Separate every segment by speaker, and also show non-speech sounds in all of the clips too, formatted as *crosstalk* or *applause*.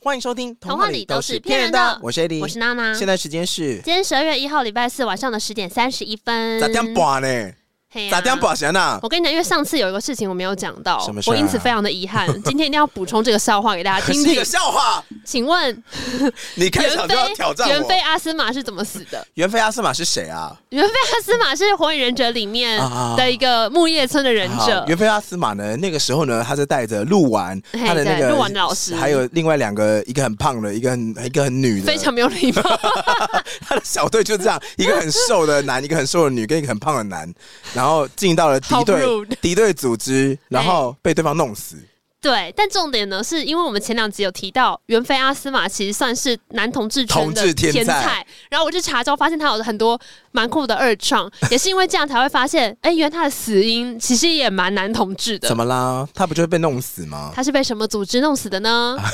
Speaker 1: 欢迎收听《
Speaker 2: 童话里都是骗人的
Speaker 1: 我是 AD，
Speaker 2: 我是娜娜。
Speaker 1: 现
Speaker 2: 今
Speaker 1: 在时间是
Speaker 2: 天十二月一号，礼拜四晚上的十点三十一分。
Speaker 1: 咋点？把呢？咋点？把钱呐？
Speaker 2: 我跟你讲，因为上次有一个事情我没有讲到，
Speaker 1: 什么事啊
Speaker 2: 我因此非常的遗憾。
Speaker 1: *laughs*
Speaker 2: 今天一定要补充这个笑话给大家
Speaker 1: 可
Speaker 2: 听
Speaker 1: 是一
Speaker 2: 听
Speaker 1: 个。笑话，
Speaker 2: 请问
Speaker 1: 你开
Speaker 2: 袁
Speaker 1: 场就要
Speaker 2: 飞
Speaker 1: 挑战
Speaker 2: 袁
Speaker 1: 我
Speaker 2: 飞。阿斯玛是怎么死的？ *laughs*
Speaker 1: 袁飞阿斯玛是谁啊？
Speaker 2: 袁飞阿斯玛是《火影忍者》里面
Speaker 1: 啊啊啊啊
Speaker 2: 的一个木叶村的忍者
Speaker 1: 好，袁飞阿斯玛呢？那个时候呢，他是带着鹿丸，
Speaker 2: 嘿
Speaker 1: 他的那个
Speaker 2: 对鹿丸老师
Speaker 1: 还有另外两个，一个很胖的，一个很一个很女的，
Speaker 2: 非常没有礼貌。
Speaker 1: 他的小队就这样，一个很瘦的男，一个很瘦的女，跟一个很胖的男，然后进到了敌
Speaker 2: 好
Speaker 1: 对
Speaker 2: rude
Speaker 1: 敌对组织，然后被对方弄死。
Speaker 2: 对，但重点呢，是因为我们前两集有提到袁飞阿斯玛其实算是男同志圈
Speaker 1: 同志
Speaker 2: 的
Speaker 1: 天才
Speaker 2: 天才，然后我去查之后发现他有很多蛮酷的二创，也是因为这样才会发现，哎，原来他的死因其实也蛮男同志
Speaker 1: 怎
Speaker 2: 的。
Speaker 1: 么啦？他不就被弄死吗？
Speaker 2: 他是被什么组织弄死的呢？ *laughs*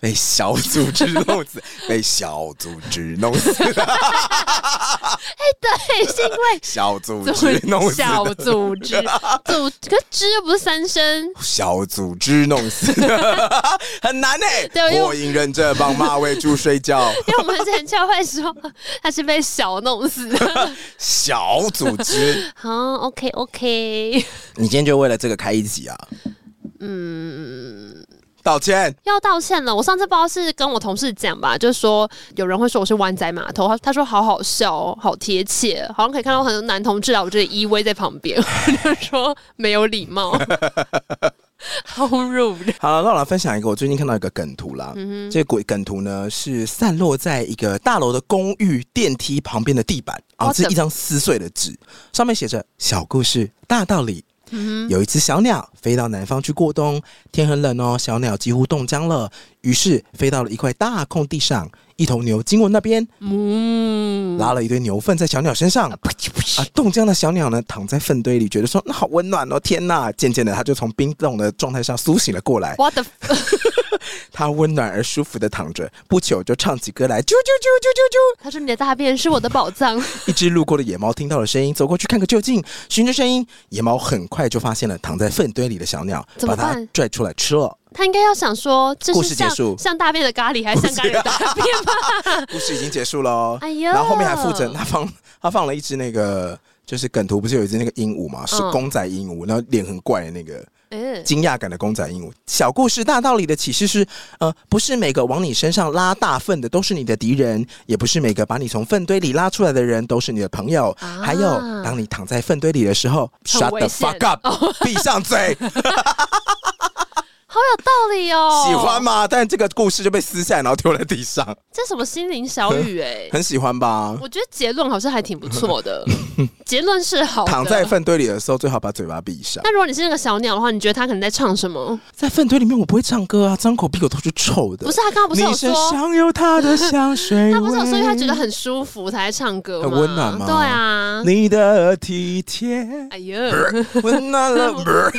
Speaker 1: 被小组织弄死，被小组织弄死，
Speaker 2: 对，是因为
Speaker 1: 小组
Speaker 2: 组
Speaker 1: 织弄死，
Speaker 2: 小组织组，可是织又不是三声，
Speaker 1: 小组织弄死， *laughs* 很难哎、
Speaker 2: 对啊因为
Speaker 1: 火影忍者帮马尾猪睡觉，
Speaker 2: 因为我们之前就会说他是被小弄死的。 *laughs*
Speaker 1: 小组织。
Speaker 2: 好，OK OK，
Speaker 1: 你今天就为了这个开一集啊？
Speaker 2: 嗯。
Speaker 1: 道歉，
Speaker 2: 要道歉了。我上次不知道是跟我同事讲吧，就是说有人会说我是湾仔码头，他他说好好笑哦，好贴切，好像可以看到很多男同志啊，我这里依偎在旁边， *laughs* 我就说没有礼貌， *laughs* 好 rude。
Speaker 1: 好了，那我来分享一个我最近看到一个梗图啦。这个鬼梗图呢是散落在一个大楼的公寓电梯旁边的地板，啊，
Speaker 2: What
Speaker 1: 这是
Speaker 2: the-
Speaker 1: 一张撕碎的纸，上面写着“小故事大道理”。有一只小鸟飞到南方去过冬，天很冷哦，小鸟几乎冻僵了，于是飞到了一块大空地上。一头牛经过那边，
Speaker 2: 嗯，
Speaker 1: 拉了一堆牛粪在小鸟身上。啊，冻僵的小鸟呢，躺在粪堆里，觉得说那好温暖哦，天呐！渐渐的，它就从冰冻的状态上苏醒了过来。
Speaker 2: 我的
Speaker 1: 它温暖而舒服的躺着，不久就唱起歌来，啾啾啾啾
Speaker 2: 他说你的大便是我的
Speaker 1: *laughs*
Speaker 2: 宝藏，
Speaker 1: 啾啾。一只路过的野猫听到了声音，走过去看个究竟，循着声音，野猫很快就发现了躺在粪堆里的小鸟，
Speaker 2: 怎
Speaker 1: 把
Speaker 2: 么
Speaker 1: 它
Speaker 2: 办
Speaker 1: 拽出来吃
Speaker 2: *laughs*
Speaker 1: 了。
Speaker 2: 他应该要想说这
Speaker 1: 故
Speaker 2: 是
Speaker 1: 事结
Speaker 2: 像
Speaker 1: 束
Speaker 2: 像大便的咖喱还是像咖喱的大便
Speaker 1: *laughs*
Speaker 2: 吧？
Speaker 1: 故事已经结束了哦。
Speaker 2: 哎呦
Speaker 1: 然后后面还附赠他放他放了一只那个。就是梗图不是有一只那个鹦鹉嘛，是
Speaker 2: 嗯
Speaker 1: 公仔鹦鹉，然后脸很怪的那个，
Speaker 2: 嗯，
Speaker 1: 惊讶感的公仔鹦鹉。小故事大道理的启示是：呃，不是每个往你身上拉大粪的都是你的敌人，也不是每个把你从粪堆里拉出来的人都是你的朋友。
Speaker 2: 啊
Speaker 1: 还有，当你躺在粪堆里的时候
Speaker 2: 很
Speaker 1: ，shut the
Speaker 2: 危险
Speaker 1: fuck up，、闭上
Speaker 2: *laughs*
Speaker 1: 嘴，
Speaker 2: 好有道理哦，
Speaker 1: 喜欢？吗？但这个故事就被撕下来，然后丢在地上，
Speaker 2: 这什么心灵小雨哎、
Speaker 1: *laughs* 很喜欢吧？
Speaker 2: 我觉得结论好像还挺不错
Speaker 1: *laughs*
Speaker 2: 的，结论是好的。
Speaker 1: 躺在粪堆里的时候，最好把嘴巴闭上。
Speaker 2: 那如果你是那个小鸟的话，你觉得它可能在唱什么？
Speaker 1: 在粪堆里面，我不会唱歌啊，张口闭口都是臭的。
Speaker 2: 不是，他刚刚不是有
Speaker 1: 你身
Speaker 2: 说，
Speaker 1: 上有它的香水味。
Speaker 2: *laughs* 他不是有说，因为他觉得很舒服才在唱歌吗？
Speaker 1: 欸很温暖吗
Speaker 2: 对啊。
Speaker 1: 你的体贴。
Speaker 2: 哎呦， *laughs*
Speaker 1: 温暖
Speaker 2: 嗯
Speaker 1: 了。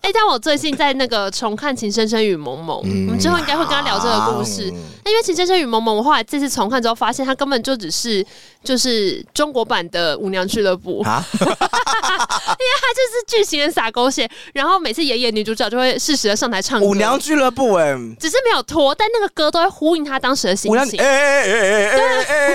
Speaker 2: 哎、但我最近在那个重看《情深深雨蒙蒙》
Speaker 1: 嗯
Speaker 2: 我们之后应该会跟他聊这个故事。那因为《情深深雨蒙蒙》，我后来这次重看之后，发现他根本就只是就是中国版的《舞娘俱乐部》， *laughs*
Speaker 1: 啊，
Speaker 2: 他就是剧情的撒狗血，然后每次演演女主角就会适时的上台唱歌。
Speaker 1: 舞娘俱乐部哎，
Speaker 2: 只是没有脱，但那个歌都会呼应他当时的心
Speaker 1: 舞娘
Speaker 2: 情。
Speaker 1: 哎哎哎哎哎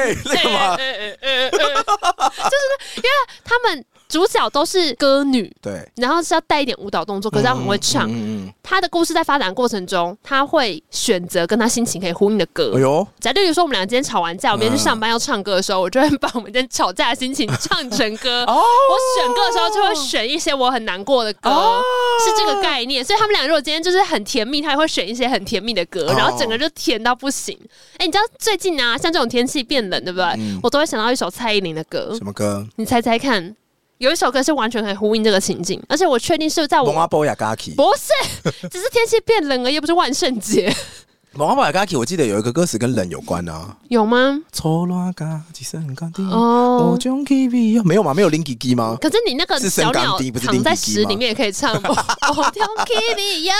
Speaker 1: 哎，那个 *laughs* 嘛，
Speaker 2: 欸欸欸欸欸就是因为他们主角都是歌女，
Speaker 1: 对，
Speaker 2: 然后是要带一点舞蹈动作，可是他很会唱。
Speaker 1: 嗯嗯
Speaker 2: 他的故事在发展过程中，他会选择跟他心情可以呼应的歌
Speaker 1: 嗯，哎。呦，
Speaker 2: 假如例如说我们俩今天吵完架，我
Speaker 1: 嗯
Speaker 2: 明天去上班要唱歌的时候，我就会把我们今天吵架的心情唱成歌。
Speaker 1: 哦
Speaker 2: 我选歌的时候就会选一些我很难过的歌，
Speaker 1: 哦
Speaker 2: 是这个概念。所以他们俩如果今天就是很甜蜜，他也会选一些很甜蜜的歌，
Speaker 1: 哦
Speaker 2: 然后整个就甜到不行。哎、你知道最近啊，像这种天气变冷，对不对？
Speaker 1: 嗯
Speaker 2: 我都会想到一首蔡依林的歌
Speaker 1: 什，么歌？
Speaker 2: 你猜猜看，有一首歌是完全可以呼应这个情境，而且我确定是在
Speaker 1: 蒙阿
Speaker 2: 我。
Speaker 1: 波雅嘎奇，
Speaker 2: 不是，只是天气变冷而已，又不是万圣节。
Speaker 1: 毛毛嘎奇，我记得有一个歌词跟冷有关啊，
Speaker 2: 有吗？
Speaker 1: 丑乱嘎几声高低，
Speaker 2: 哦
Speaker 1: 我就 K B 没有吗？没有林吉吉
Speaker 2: *laughs*
Speaker 1: 吗？
Speaker 2: 可是你那个
Speaker 1: 是
Speaker 2: 小
Speaker 1: 沈港
Speaker 2: 鸟
Speaker 1: 迪不是
Speaker 2: 躺在
Speaker 1: 丁迪迪
Speaker 2: 屎
Speaker 1: 吗
Speaker 2: 里面也可
Speaker 1: *laughs*
Speaker 2: 以唱，我听 Kimi 哟，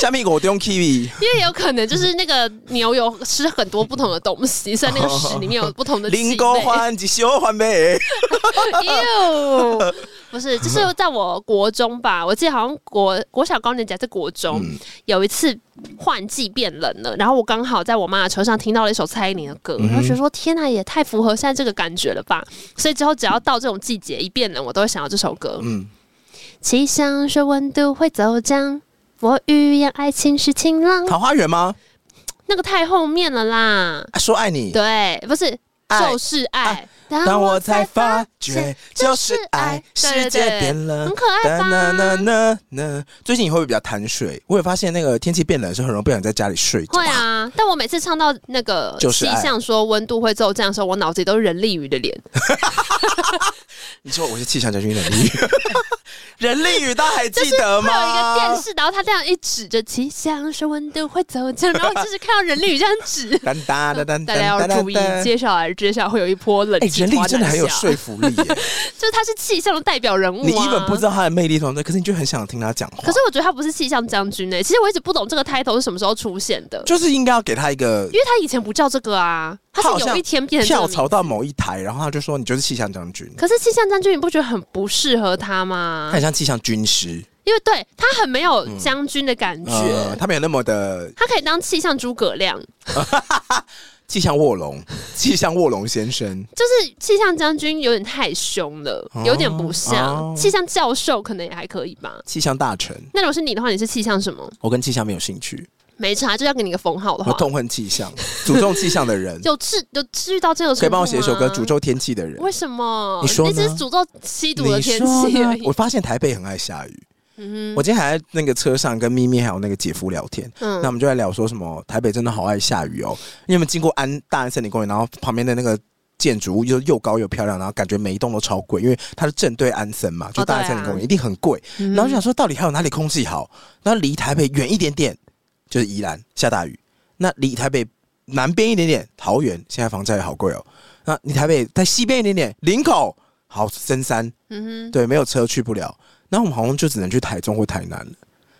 Speaker 1: 下面一个我就用 K B，
Speaker 2: 因为有可能就是那个牛有吃很多不同的东西，所以那个屎里面有不同的
Speaker 1: *laughs* 林
Speaker 2: 气
Speaker 1: 哥
Speaker 2: 味
Speaker 1: 欢及小欢呗。 *laughs*
Speaker 2: 哟，不是，就是在我国中吧，我记得好像国国小高年级还是国中，
Speaker 1: 嗯
Speaker 2: 有一次换季变冷了，然后我刚好在我妈的车上听到了一首蔡依林的歌，
Speaker 1: 嗯
Speaker 2: 然后觉得说天呐，也太符合现在这个感觉了吧！所以之后只要到这种季节一变冷，我都会想到这首歌。
Speaker 1: 嗯，
Speaker 2: 气象说温度会走降。我预言爱情是晴朗，
Speaker 1: 桃花源吗？
Speaker 2: 那个太后面了啦。
Speaker 1: 啊说爱你，
Speaker 2: 对，不是，
Speaker 1: 爱啊
Speaker 2: 就是爱。
Speaker 1: 当我才发觉就是爱，
Speaker 2: 对
Speaker 1: 世
Speaker 2: 对
Speaker 1: 界
Speaker 2: 对
Speaker 1: 变冷，
Speaker 2: 很可爱吧
Speaker 1: 哒呐呐呐呐最近你会不会比较贪睡？我有发现那个天气变冷的时候，很容易不想在家里睡觉。
Speaker 2: 会啊，但我每次唱到那个
Speaker 1: 就是
Speaker 2: 气
Speaker 1: 爱
Speaker 2: 象说温度会骤降的时候，我脑子里都是人力鱼的脸。
Speaker 1: 你说我是气象将军
Speaker 2: *laughs*
Speaker 1: 人力宇，人力宇大家还记得
Speaker 2: 会有一个
Speaker 1: 吗？。
Speaker 2: 电视，然后他这样一指着气象说温度会骤降，然后就是看到人力鱼这样指
Speaker 1: *laughs* 哒哒哒哒哒
Speaker 2: 大家要
Speaker 1: 哒哒
Speaker 2: 注意，
Speaker 1: 哒。
Speaker 2: 接下来接下来会有一波冷
Speaker 1: 哎，
Speaker 2: 气
Speaker 1: 人力
Speaker 2: 团啊
Speaker 1: 真的很有
Speaker 2: 南下
Speaker 1: 说服力
Speaker 2: *laughs*
Speaker 1: 耶！
Speaker 2: 就是他是气象的代表人物、啊。
Speaker 1: 你一本不知道他的魅力从这，可是你就很想听他讲话。
Speaker 2: 可是我觉得他不是气象将军呢、欸其实我一直不懂这个 title 是什么时候出现的，
Speaker 1: 就是应该要给他一个
Speaker 2: 因为他以前不叫这个啊，他
Speaker 1: 他好
Speaker 2: 是
Speaker 1: 像
Speaker 2: 有一天变成这个
Speaker 1: 跳
Speaker 2: 名字
Speaker 1: 槽到某一台，然后他就说你就是气象将军，
Speaker 2: 可是气象将军你不觉得很不适合他吗
Speaker 1: 他？很像气象军师，
Speaker 2: 因为对他很没有
Speaker 1: 嗯
Speaker 2: 将军的感觉，
Speaker 1: 呃，他没有那么的
Speaker 2: 他可以当气象诸葛亮，
Speaker 1: 气象卧龙， *laughs* 气象卧龙先生，
Speaker 2: 就是气象将军有点太凶了，有点不像、
Speaker 1: 哦
Speaker 2: 气象教授，可能也还可以吧。
Speaker 1: 气象大臣。
Speaker 2: 那如果是你的话，你是气象什么？
Speaker 1: 我跟气象没有兴趣，
Speaker 2: 没差，就要给你个封号的
Speaker 1: 我
Speaker 2: 话，
Speaker 1: 痛恨气象，诅咒气象的
Speaker 2: *laughs*
Speaker 1: 人，
Speaker 2: 有治有治愈到这个程度吗
Speaker 1: 可以帮我写一首歌诅？咒天气的人。
Speaker 2: 为什么？
Speaker 1: 你说呢
Speaker 2: 只是诅咒吸毒的
Speaker 1: 你
Speaker 2: 天
Speaker 1: 说
Speaker 2: 气
Speaker 1: 呢
Speaker 2: 而？已
Speaker 1: 我。发现台北很爱下雨。
Speaker 2: 嗯
Speaker 1: 我今天还在那个车上跟咪咪还有那个姐夫聊天，
Speaker 2: 嗯
Speaker 1: 那我们就在聊说什么台北真的好爱下雨哦。因为我们经过安大安森林公园，然后旁边的那个建筑物又又高又漂亮，然后感觉每一栋都超贵，因为它是正对安森嘛，就
Speaker 2: 哦
Speaker 1: 大安
Speaker 2: 对
Speaker 1: 森林公
Speaker 2: 啊
Speaker 1: 园、一定很贵。
Speaker 2: 嗯
Speaker 1: 然后就想说，到底还有哪里空气好？那离台北远一点点就是宜兰下大雨，那离台北南边一点点桃园现在房价也好贵哦。那你台北在西边一点点林口好深山，
Speaker 2: 嗯
Speaker 1: 对，没有车去不了。那我们好像就只能去台中或台南了。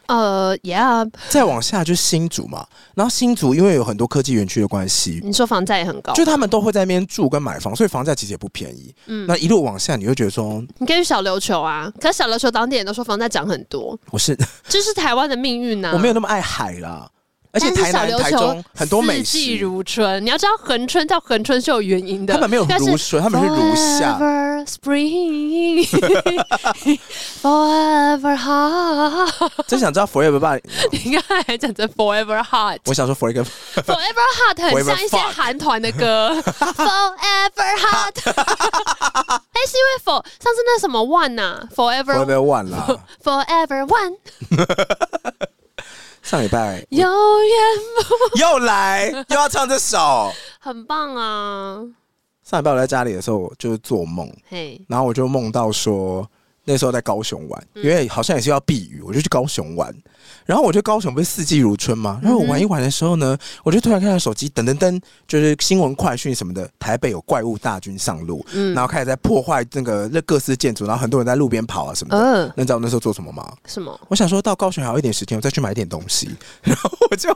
Speaker 2: 哼，呃，Yeah，
Speaker 1: 再往下就是新竹嘛，然后新竹因为有很多科技园区的关系，
Speaker 2: 你说房价也很高，
Speaker 1: 就他们都会在那边住跟买房，所以房价其实也不便宜。
Speaker 2: 嗯
Speaker 1: 那一路往下，你会觉得说
Speaker 2: 你可以去小琉球啊，可是小琉球当地人都说房价涨很多，
Speaker 1: 我是、
Speaker 2: 这是台湾的命运呐、
Speaker 1: 我没有那么爱海啦，而且
Speaker 2: 但
Speaker 1: 台
Speaker 2: 是小
Speaker 1: 南、
Speaker 2: 琉
Speaker 1: 台
Speaker 2: 球
Speaker 1: 中很多美
Speaker 2: 四季
Speaker 1: 食。
Speaker 2: 如春。你要知道，恒春叫恒春是有原因的，
Speaker 1: 他们没有
Speaker 2: 但
Speaker 1: 如水，他们是如下。
Speaker 2: Forever spring, *laughs* forever hot。 *laughs*
Speaker 1: 真想知道 Forever 吧？
Speaker 2: 你刚才还讲成 forever hot，
Speaker 1: 我想说 Forever
Speaker 2: forever hot 很像一些
Speaker 1: Forever fuck
Speaker 2: 韩团的歌，forever hot。哎，是因为 for 上次那什么 one 呐、f o r e v
Speaker 1: *laughs*
Speaker 2: e
Speaker 1: Forever
Speaker 2: r
Speaker 1: One 啦。
Speaker 2: forever one *laughs*
Speaker 1: 上礼拜
Speaker 2: 永远
Speaker 1: 又来又要唱这首。
Speaker 2: 很棒啊！
Speaker 1: 上礼拜我在家里的时候，我就是做梦，
Speaker 2: 嘿，
Speaker 1: 然后我就梦到说，那时候在高雄玩，因为好像也是要避雨，我就去高雄玩。然后我觉得高雄不是四季如春嘛，然后我玩一玩的时候呢，我就突然看到手机噔噔噔，就是新闻快讯什么的，台北有怪物大军上路，然后开始在破坏那个那各式建筑，然后很多人在路边跑啊什么的。
Speaker 2: 嗯
Speaker 1: 那你知道我那时候做什么吗？
Speaker 2: 什么？
Speaker 1: 我想说到高雄还有一点时间，我再去买一点东西。 *laughs* 然后我就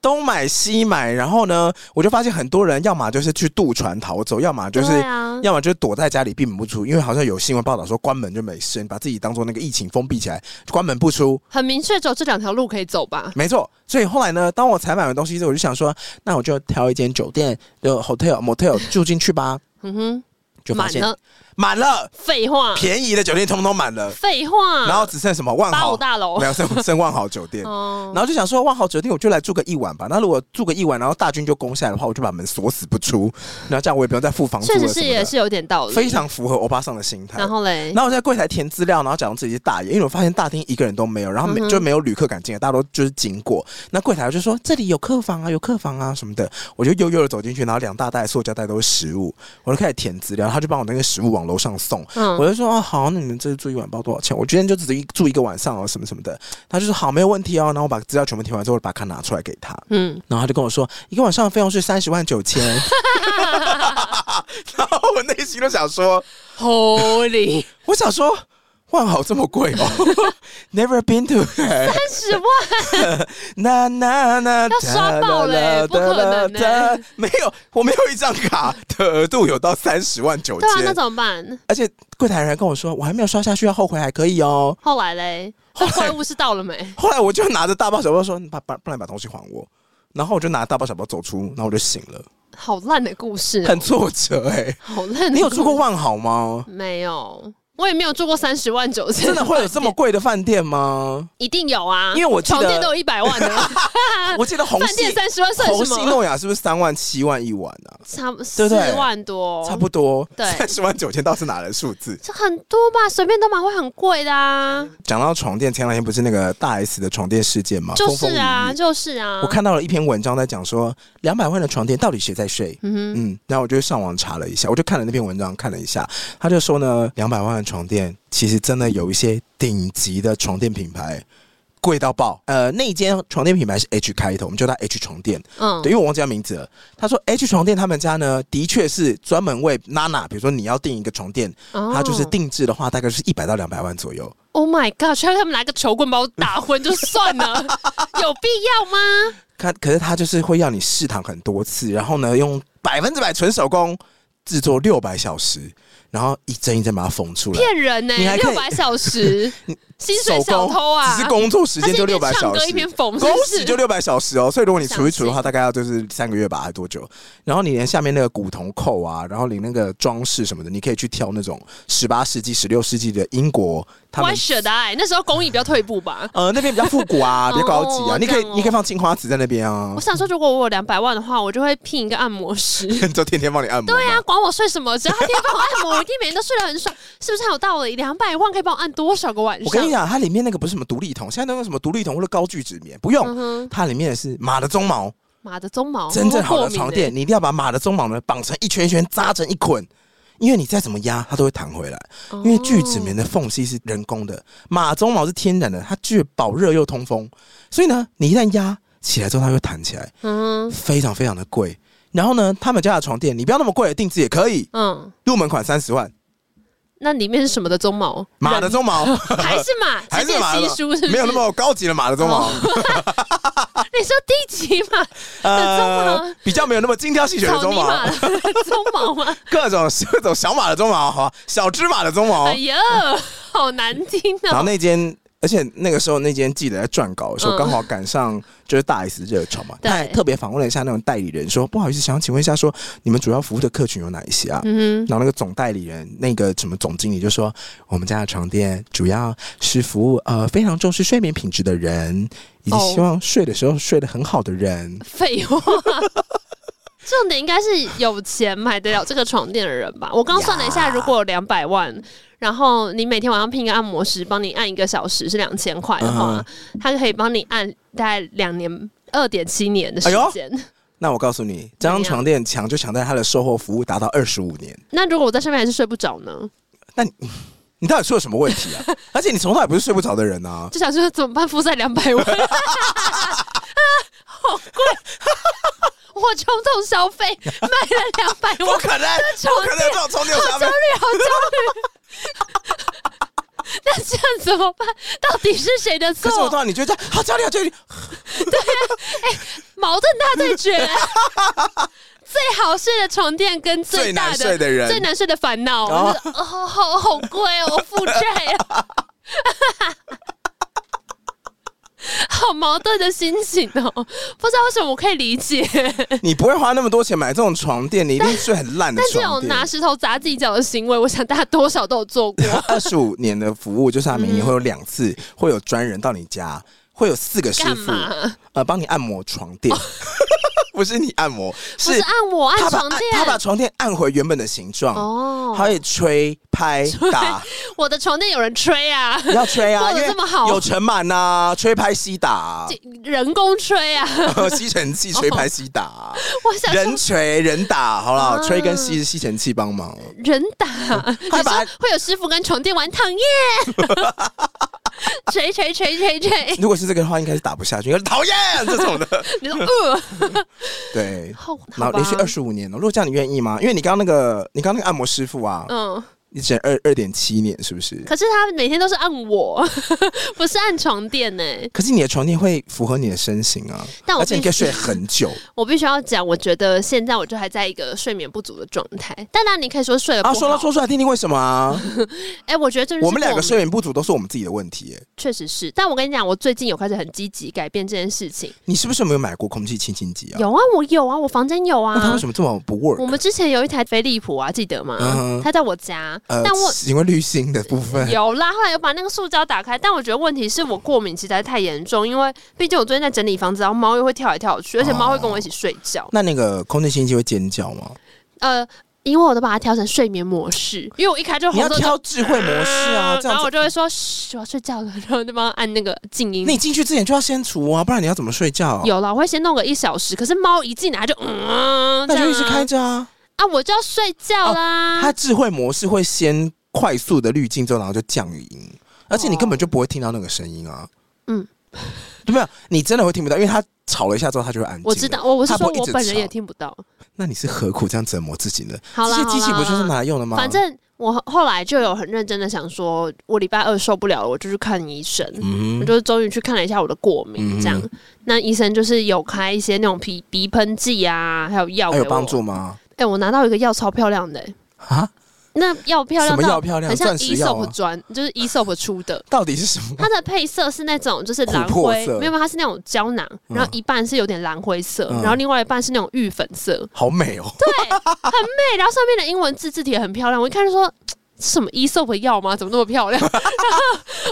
Speaker 1: 东买西买，然后呢，我就发现很多人要么就是去渡船逃走，要么就是、
Speaker 2: 对啊
Speaker 1: 要么就是躲在家里闭门不出，因为好像有新闻报道说关门就没事，你把自己当做那个疫情封闭起来，关门不出。
Speaker 2: 很明确，只有这两条路可以走吧？
Speaker 1: 没错，所以后来呢，当我采买完东西之后，我就想说，那我就挑一间酒店就 hotel
Speaker 2: *laughs*
Speaker 1: motel 住进去吧，
Speaker 2: 嗯哼，
Speaker 1: 就发
Speaker 2: 满
Speaker 1: 现
Speaker 2: 了，
Speaker 1: 满了，
Speaker 2: 废话，
Speaker 1: 便宜的酒店通通满了，
Speaker 2: 废话，
Speaker 1: 然后只剩什么万
Speaker 2: 啊八
Speaker 1: 豪
Speaker 2: 五大楼
Speaker 1: 没，有剩剩万豪酒店。
Speaker 2: 哦
Speaker 1: 然，后就想说万豪酒店我就来住个一晚吧。那如果住个一晚，然后大军就攻下来的话，我就把门锁死不出，然后这样我也不用再付房租
Speaker 2: 确
Speaker 1: 了什
Speaker 2: 实
Speaker 1: 么
Speaker 2: 是
Speaker 1: 的
Speaker 2: 也是有点道理，
Speaker 1: 非。常符合欧巴桑的心态。
Speaker 2: 然后嘞
Speaker 1: 然，后我在柜台填资料，然后假装自己是大爷，因为我发现大厅一个人都没有，然后没、
Speaker 2: 嗯哼
Speaker 1: 就没有旅客敢进来，大家都就是经过。那柜台就说这里有客房啊，有客房啊什么的，我就悠悠的走进去，然后两大袋塑胶袋都是食物，我就开始填资料，他就帮我那个食物往楼上送。
Speaker 2: 嗯
Speaker 1: 我就说哦好，那你们这住一晚不知道多少钱？我今天就只一住一个晚上哦，什么什么的。他就说好，没有问题哦。然后我把资料全部填完之后，我把卡拿出来给他，
Speaker 2: 嗯，
Speaker 1: 然后他就跟我说一个晚上的费用是三十万九千。 *laughs* 然后我内心就想说，
Speaker 2: *laughs* Holy
Speaker 1: *laughs* 我想说万豪这么贵
Speaker 2: *laughs*
Speaker 1: 哦，Never been to it。
Speaker 2: 三十万，
Speaker 1: 那那那
Speaker 2: 要刷爆了欸不可能欸
Speaker 1: 没有，我没有一张卡的额度有到三十万九
Speaker 2: 对啊，那
Speaker 1: 千，
Speaker 2: 怎么办？
Speaker 1: 而且柜台人还跟我说，我还没有刷下去，要后悔还可以哦。
Speaker 2: 后来嘞，
Speaker 1: 后
Speaker 2: 那
Speaker 1: 来
Speaker 2: 怪物是到了没？
Speaker 1: 后来我就拿着大包小包说，你把把不然你把东西还我。然后我就拿大包小包走出，然后我就醒了，
Speaker 2: 好烂的故事哦，
Speaker 1: 很挫折哎、
Speaker 2: 好烂。
Speaker 1: 你有住过？万豪吗？
Speaker 2: 没有，我也没有住过三十万九千，
Speaker 1: 真的会有这么？贵的饭店吗？
Speaker 2: 一定有啊，
Speaker 1: 因为我记得
Speaker 2: 床垫都有一百万的了，
Speaker 1: *laughs* 我记得红
Speaker 2: 饭店
Speaker 1: 系
Speaker 2: 三十万算
Speaker 1: 红
Speaker 2: 什
Speaker 1: 系
Speaker 2: 么？
Speaker 1: 诺亚是不是三万七万一晚啊？
Speaker 2: 差不
Speaker 1: 对
Speaker 2: 四
Speaker 1: 不对
Speaker 2: 万多，
Speaker 1: 差不多，
Speaker 2: 哦对
Speaker 1: 三十万九千倒是哪来的数字？
Speaker 2: 这很多吧？随便都买会很贵的啊，
Speaker 1: 讲到床垫，前两天不是那个大 S 的床垫事件吗？
Speaker 2: 就
Speaker 1: 风
Speaker 2: 是
Speaker 1: 风
Speaker 2: 啊，
Speaker 1: 雨雨
Speaker 2: 就是啊。
Speaker 1: 我看到了一篇文章在讲说，两百万的床垫到底谁在睡？
Speaker 2: 嗯哼，
Speaker 1: 嗯，然后我就上网查了一下，我就看了那篇文章，看了一下，他就说呢，两百万的床垫其实真的有一些顶级的床垫品牌贵到爆。呃，那一间床垫品牌是 H 开头，我们叫它 H 床垫，
Speaker 2: 嗯，
Speaker 1: 对，因为我忘记他名字了。他说 H 床垫他们家呢，的确是专门为娜娜，比如说你要订一个床垫，
Speaker 2: 哦
Speaker 1: 它就是定制的话，大概是一百到两百万左右。
Speaker 2: Oh my god！需要他们拿个球棍把我打昏就
Speaker 1: *laughs*
Speaker 2: 算了，有必要吗？
Speaker 1: 它可是它就是会要你试躺很多次，然后呢用百分之百纯手工制作六百小时，然后一针一针把它缝出来。
Speaker 2: 骗人呢、
Speaker 1: 你还可
Speaker 2: 六
Speaker 1: 以
Speaker 2: 百
Speaker 1: *laughs*
Speaker 2: 小时，薪水
Speaker 1: 手
Speaker 2: 小
Speaker 1: 工
Speaker 2: 偷啊！
Speaker 1: 只是工作时间就六百小
Speaker 2: 他是
Speaker 1: 时
Speaker 2: 一边唱歌一，边缝，是
Speaker 1: 工
Speaker 2: 不
Speaker 1: 时
Speaker 2: 是？
Speaker 1: 就六百小时哦。所以如果你除一除的
Speaker 2: 相
Speaker 1: 话，大概要就是三个月吧，还多久？然后你连下面那个古铜扣啊，然后你那个装饰什么的，你可以去挑那种十八世纪、十六世纪的英国他们
Speaker 2: Why。should I？那时啊欸候工艺比较退步吧。
Speaker 1: 呃，那边比较复古
Speaker 2: *laughs*
Speaker 1: 啊，比较高级啊，
Speaker 2: 哦
Speaker 1: 你可以
Speaker 2: 这样哦
Speaker 1: 你可以放青花瓷在那边啊
Speaker 2: 我，想说，如果我有两百万的话，我就会聘一个按摩师。
Speaker 1: 就天天帮你按摩嘛。
Speaker 2: 对啊，管我睡什么，只要他天天帮我按摩，我一定每天都睡得很爽，是不是很有道理？两百万可以帮我按多少个晚上？
Speaker 1: 我跟你讲，它里面那个不是什么独立桶，现在都用什么独立桶或者高聚酯棉，不用，
Speaker 2: 嗯哼，
Speaker 1: 它里面是马的鬃毛，
Speaker 2: 马的鬃毛，
Speaker 1: 真正好
Speaker 2: 我过
Speaker 1: 的
Speaker 2: 敏
Speaker 1: 床
Speaker 2: 欸
Speaker 1: 垫，你一定要把马的鬃毛呢绑成一圈一圈，扎成一捆，因为你再怎么压，它都会弹回来。
Speaker 2: 哦
Speaker 1: 因为聚酯棉的缝隙是人工的，马鬃毛是天然的，它具有保热又通风，所以呢，你一旦压起来之后，它会弹起来，
Speaker 2: 嗯
Speaker 1: 非常非常的贵。然后呢，他们家的床垫，你不要那么贵，定制也可以，
Speaker 2: 嗯，
Speaker 1: 入门款三十万，
Speaker 2: 那里面是什么的鬃毛？
Speaker 1: *laughs* 马的鬃
Speaker 2: *laughs*
Speaker 1: 毛
Speaker 2: 人还是马？
Speaker 1: 还是
Speaker 2: 直接
Speaker 1: 马的
Speaker 2: 稀疏是不哦是
Speaker 1: 没有那么高级的马的鬃
Speaker 2: *laughs*
Speaker 1: 毛，
Speaker 2: 你说低级嘛，鬃
Speaker 1: 呃
Speaker 2: 毛，
Speaker 1: 比较没有那么精挑细选的
Speaker 2: 啊草
Speaker 1: 鬃
Speaker 2: 泥
Speaker 1: 毛
Speaker 2: 马， *laughs* 的鬃毛吗？
Speaker 1: 各种 *laughs* 各种小马的鬃毛，好吧，小芝麻的鬃毛
Speaker 2: 哎，呀，好难听
Speaker 1: *laughs* 然后
Speaker 2: 哦！
Speaker 1: 那间，而且那个时候那间记者在撰稿的时候，
Speaker 2: 嗯
Speaker 1: 刚好赶上就是大 S 热潮嘛，
Speaker 2: 对
Speaker 1: 他还特别访问了一下那种代理人，说不好意思，想请问一下说，你们主要服务的客群有哪一些啊？
Speaker 2: 嗯
Speaker 1: 然后那个总代理人，那个什么总经理就说，我们家的床垫主要是服务呃非常重视睡眠品质的人，以及
Speaker 2: 哦
Speaker 1: 希望睡的时候睡得很好的人
Speaker 2: 哼，。废话。 *laughs* 重点应该是有钱买得了这个床垫的人吧？我刚算了一下，
Speaker 1: 呀
Speaker 2: 如果有两百万，然后你每天晚上聘一个按摩师帮你按一个小时是两千块的话，
Speaker 1: 嗯
Speaker 2: 他可以帮你按大概两年二点七年的时间。
Speaker 1: 哎那我告诉你，这张
Speaker 2: 怎样
Speaker 1: 床垫强就强在它的售后服务达到二十五年。
Speaker 2: 那如果我在上面还是睡不着呢？
Speaker 1: 你到底出了什么问
Speaker 2: *laughs*
Speaker 1: 题啊？而且你从来不是睡不着的人啊！
Speaker 2: 就想说怎么办？负债两百万， *laughs* 啊，好贵！我冲动消费买了两百
Speaker 1: *laughs* 不
Speaker 2: 万，
Speaker 1: 可能，
Speaker 2: 床
Speaker 1: 不可能有这种冲掉消
Speaker 2: 好
Speaker 1: 费
Speaker 2: 焦虑，。好焦虑。 *laughs* 那这样怎么办？到底是谁的
Speaker 1: 可是我突
Speaker 2: 错？
Speaker 1: 然你就这样，好焦虑，好焦虑。
Speaker 2: 矛盾大对决。最好睡的床垫跟最大的
Speaker 1: 最难睡的人
Speaker 2: 最难睡的烦恼，
Speaker 1: 哦
Speaker 2: 我就哦，好好好贵哦，我负债啊了，好矛盾的心情哦，不知道为什么我可以理解，嗯
Speaker 1: 你不会花那么多钱买这种床垫，你一定睡很烂的
Speaker 2: 但是有
Speaker 1: 床
Speaker 2: 拿
Speaker 1: 垫。
Speaker 2: 石头砸自己脚的行为，我想大家多少都有做过，
Speaker 1: *laughs* 二十五年的服务，就是他每年会有两次，会有专人到你家，会有四个师
Speaker 2: 嗯干
Speaker 1: 傅
Speaker 2: 嘛？哦
Speaker 1: 呃帮你按摩床垫。 *laughs* 不是你按摩，
Speaker 2: 不是按我按
Speaker 1: 他把
Speaker 2: 床垫，
Speaker 1: 他把床垫按回原本的形状，
Speaker 2: 哦，
Speaker 1: 他会吹拍打，
Speaker 2: 我的床垫有人吹啊，
Speaker 1: 要吹啊，
Speaker 2: 做
Speaker 1: 因
Speaker 2: 得
Speaker 1: 为
Speaker 2: 这么好
Speaker 1: 有尘螨呐，吹拍吸打，
Speaker 2: *laughs* 人工吹啊，
Speaker 1: 吸尘器吹拍吸
Speaker 2: *laughs*
Speaker 1: 打，
Speaker 2: 我想说
Speaker 1: 人锤人打，好不好？
Speaker 2: 啊
Speaker 1: 吹跟吸吸尘器帮忙，
Speaker 2: 人打，
Speaker 1: *laughs*
Speaker 2: 你
Speaker 1: 他把
Speaker 2: 说会有师傅跟床垫玩躺 *laughs* 耶，捶捶捶捶捶，
Speaker 1: 如果是这个的话，应该是打不下去，应该是讨厌这种
Speaker 2: *laughs*
Speaker 1: 的，
Speaker 2: 你说呃，
Speaker 1: 对。
Speaker 2: 好，
Speaker 1: 然
Speaker 2: 好
Speaker 1: 后
Speaker 2: 吧
Speaker 1: 连续二，十五年了，如哦果这样你愿意吗？因为你刚刚那个，你刚刚那个按摩师傅啊，
Speaker 2: 嗯，
Speaker 1: 你整二二点七年是不是？
Speaker 2: 可是他每天都是按我， *laughs* 不是按床垫呢、
Speaker 1: 可是你的床垫会符合你的身形啊，
Speaker 2: 但我
Speaker 1: 而且你可以
Speaker 2: 必须
Speaker 1: 睡很
Speaker 2: *laughs*
Speaker 1: 久
Speaker 2: 我必须要讲，我觉得现在我就还在一个睡眠不足的状态。但然，你可以说睡得呃不
Speaker 1: 啊。
Speaker 2: 好。
Speaker 1: 说到说出来听听为什么
Speaker 2: *laughs*
Speaker 1: 啊？
Speaker 2: 哎、我觉得就是
Speaker 1: 我们两个
Speaker 2: 过敏
Speaker 1: 睡眠不足都是我们自己的问题耶。
Speaker 2: 确实是，但我跟你讲，我最近有开始很积极改变这件事情。
Speaker 1: 你是不是没有买过空气清新机啊？
Speaker 2: 有啊，我有啊，我房间有
Speaker 1: 那它
Speaker 2: 啊
Speaker 1: 为。什么这么不 work？
Speaker 2: 我们之前有一台飞利浦啊，记得吗？
Speaker 1: 嗯哼
Speaker 2: 它在我家，
Speaker 1: 呃
Speaker 2: 但我，
Speaker 1: 因为滤芯的部
Speaker 2: *laughs*
Speaker 1: 分，
Speaker 2: 有啦，后来有把那个塑胶打开，但我觉得问题是我过敏实在太严重，因为毕竟我最近在整理房子，然后猫又会跳来跳去，而且猫会跟我一起睡觉。
Speaker 1: 那那个空气清新机会尖叫吗？
Speaker 2: *laughs* 呃，因为我都把它调成睡眠模式，因为我一开就
Speaker 1: 你
Speaker 2: 红
Speaker 1: 要
Speaker 2: 色就
Speaker 1: 挑智慧模式啊，这
Speaker 2: 然
Speaker 1: 样
Speaker 2: 后我
Speaker 1: 子。
Speaker 2: 就会说嘘，我要睡觉了，然后就帮它按那个静音
Speaker 1: 那。你进去之前就要先除啊，不然你要怎么睡觉、，
Speaker 2: 嗯有了，我会先弄个一小时，可是猫一进来它就啊嗯，
Speaker 1: 那
Speaker 2: 这
Speaker 1: 就
Speaker 2: 样
Speaker 1: 一直开着啊。
Speaker 2: 啊，我就要睡觉啦。
Speaker 1: 它智慧模式会先快速的滤镜之后，然后就降音，而且你根本就不会听到那个声音啊。
Speaker 2: 嗯，
Speaker 1: 对没有？你真的会听不到，因为它吵了一下之后，它就会安静。
Speaker 2: 我知。道，我我是
Speaker 1: 它不
Speaker 2: 说
Speaker 1: 会一
Speaker 2: 我
Speaker 1: 直
Speaker 2: 本人
Speaker 1: 吵
Speaker 2: 也听不到。
Speaker 1: 那你是何苦这样折磨自己呢？
Speaker 2: 好
Speaker 1: 这
Speaker 2: 啦
Speaker 1: 些机器不就是
Speaker 2: 好啦
Speaker 1: 拿来用的吗？
Speaker 2: 反正我后来就有很认真的想说，我礼拜二受不了了，我就去看医生。
Speaker 1: 嗯
Speaker 2: 我
Speaker 1: 哼，
Speaker 2: 就终于去看了一下我的过敏，这样、
Speaker 1: 嗯
Speaker 2: 那医生就是有开一些那种鼻鼻喷剂啊，还有药
Speaker 1: 还
Speaker 2: 给我。
Speaker 1: 有帮助吗？
Speaker 2: 哎、我拿到一个药超漂亮的、欸
Speaker 1: 啊，
Speaker 2: 那药漂亮
Speaker 1: 什么
Speaker 2: 到
Speaker 1: 药漂亮
Speaker 2: 很像 E
Speaker 1: 钻石药啊
Speaker 2: ESOP 砖，就是 E ESOP 出的。
Speaker 1: 到底是什
Speaker 2: *laughs*
Speaker 1: 么？
Speaker 2: 它的配色是那种就是蓝
Speaker 1: 琥珀
Speaker 2: 灰，
Speaker 1: 色
Speaker 2: 没有，没有它是那种胶囊，然后一半是有点蓝灰色，
Speaker 1: 嗯
Speaker 2: 然后另外一半是那种玉粉色，
Speaker 1: 好美哦！
Speaker 2: 对，然后上面的英文字字体也很漂亮，我一看就说。嘖是什么 ESOP 药吗？怎么那么漂亮？然 *laughs* 后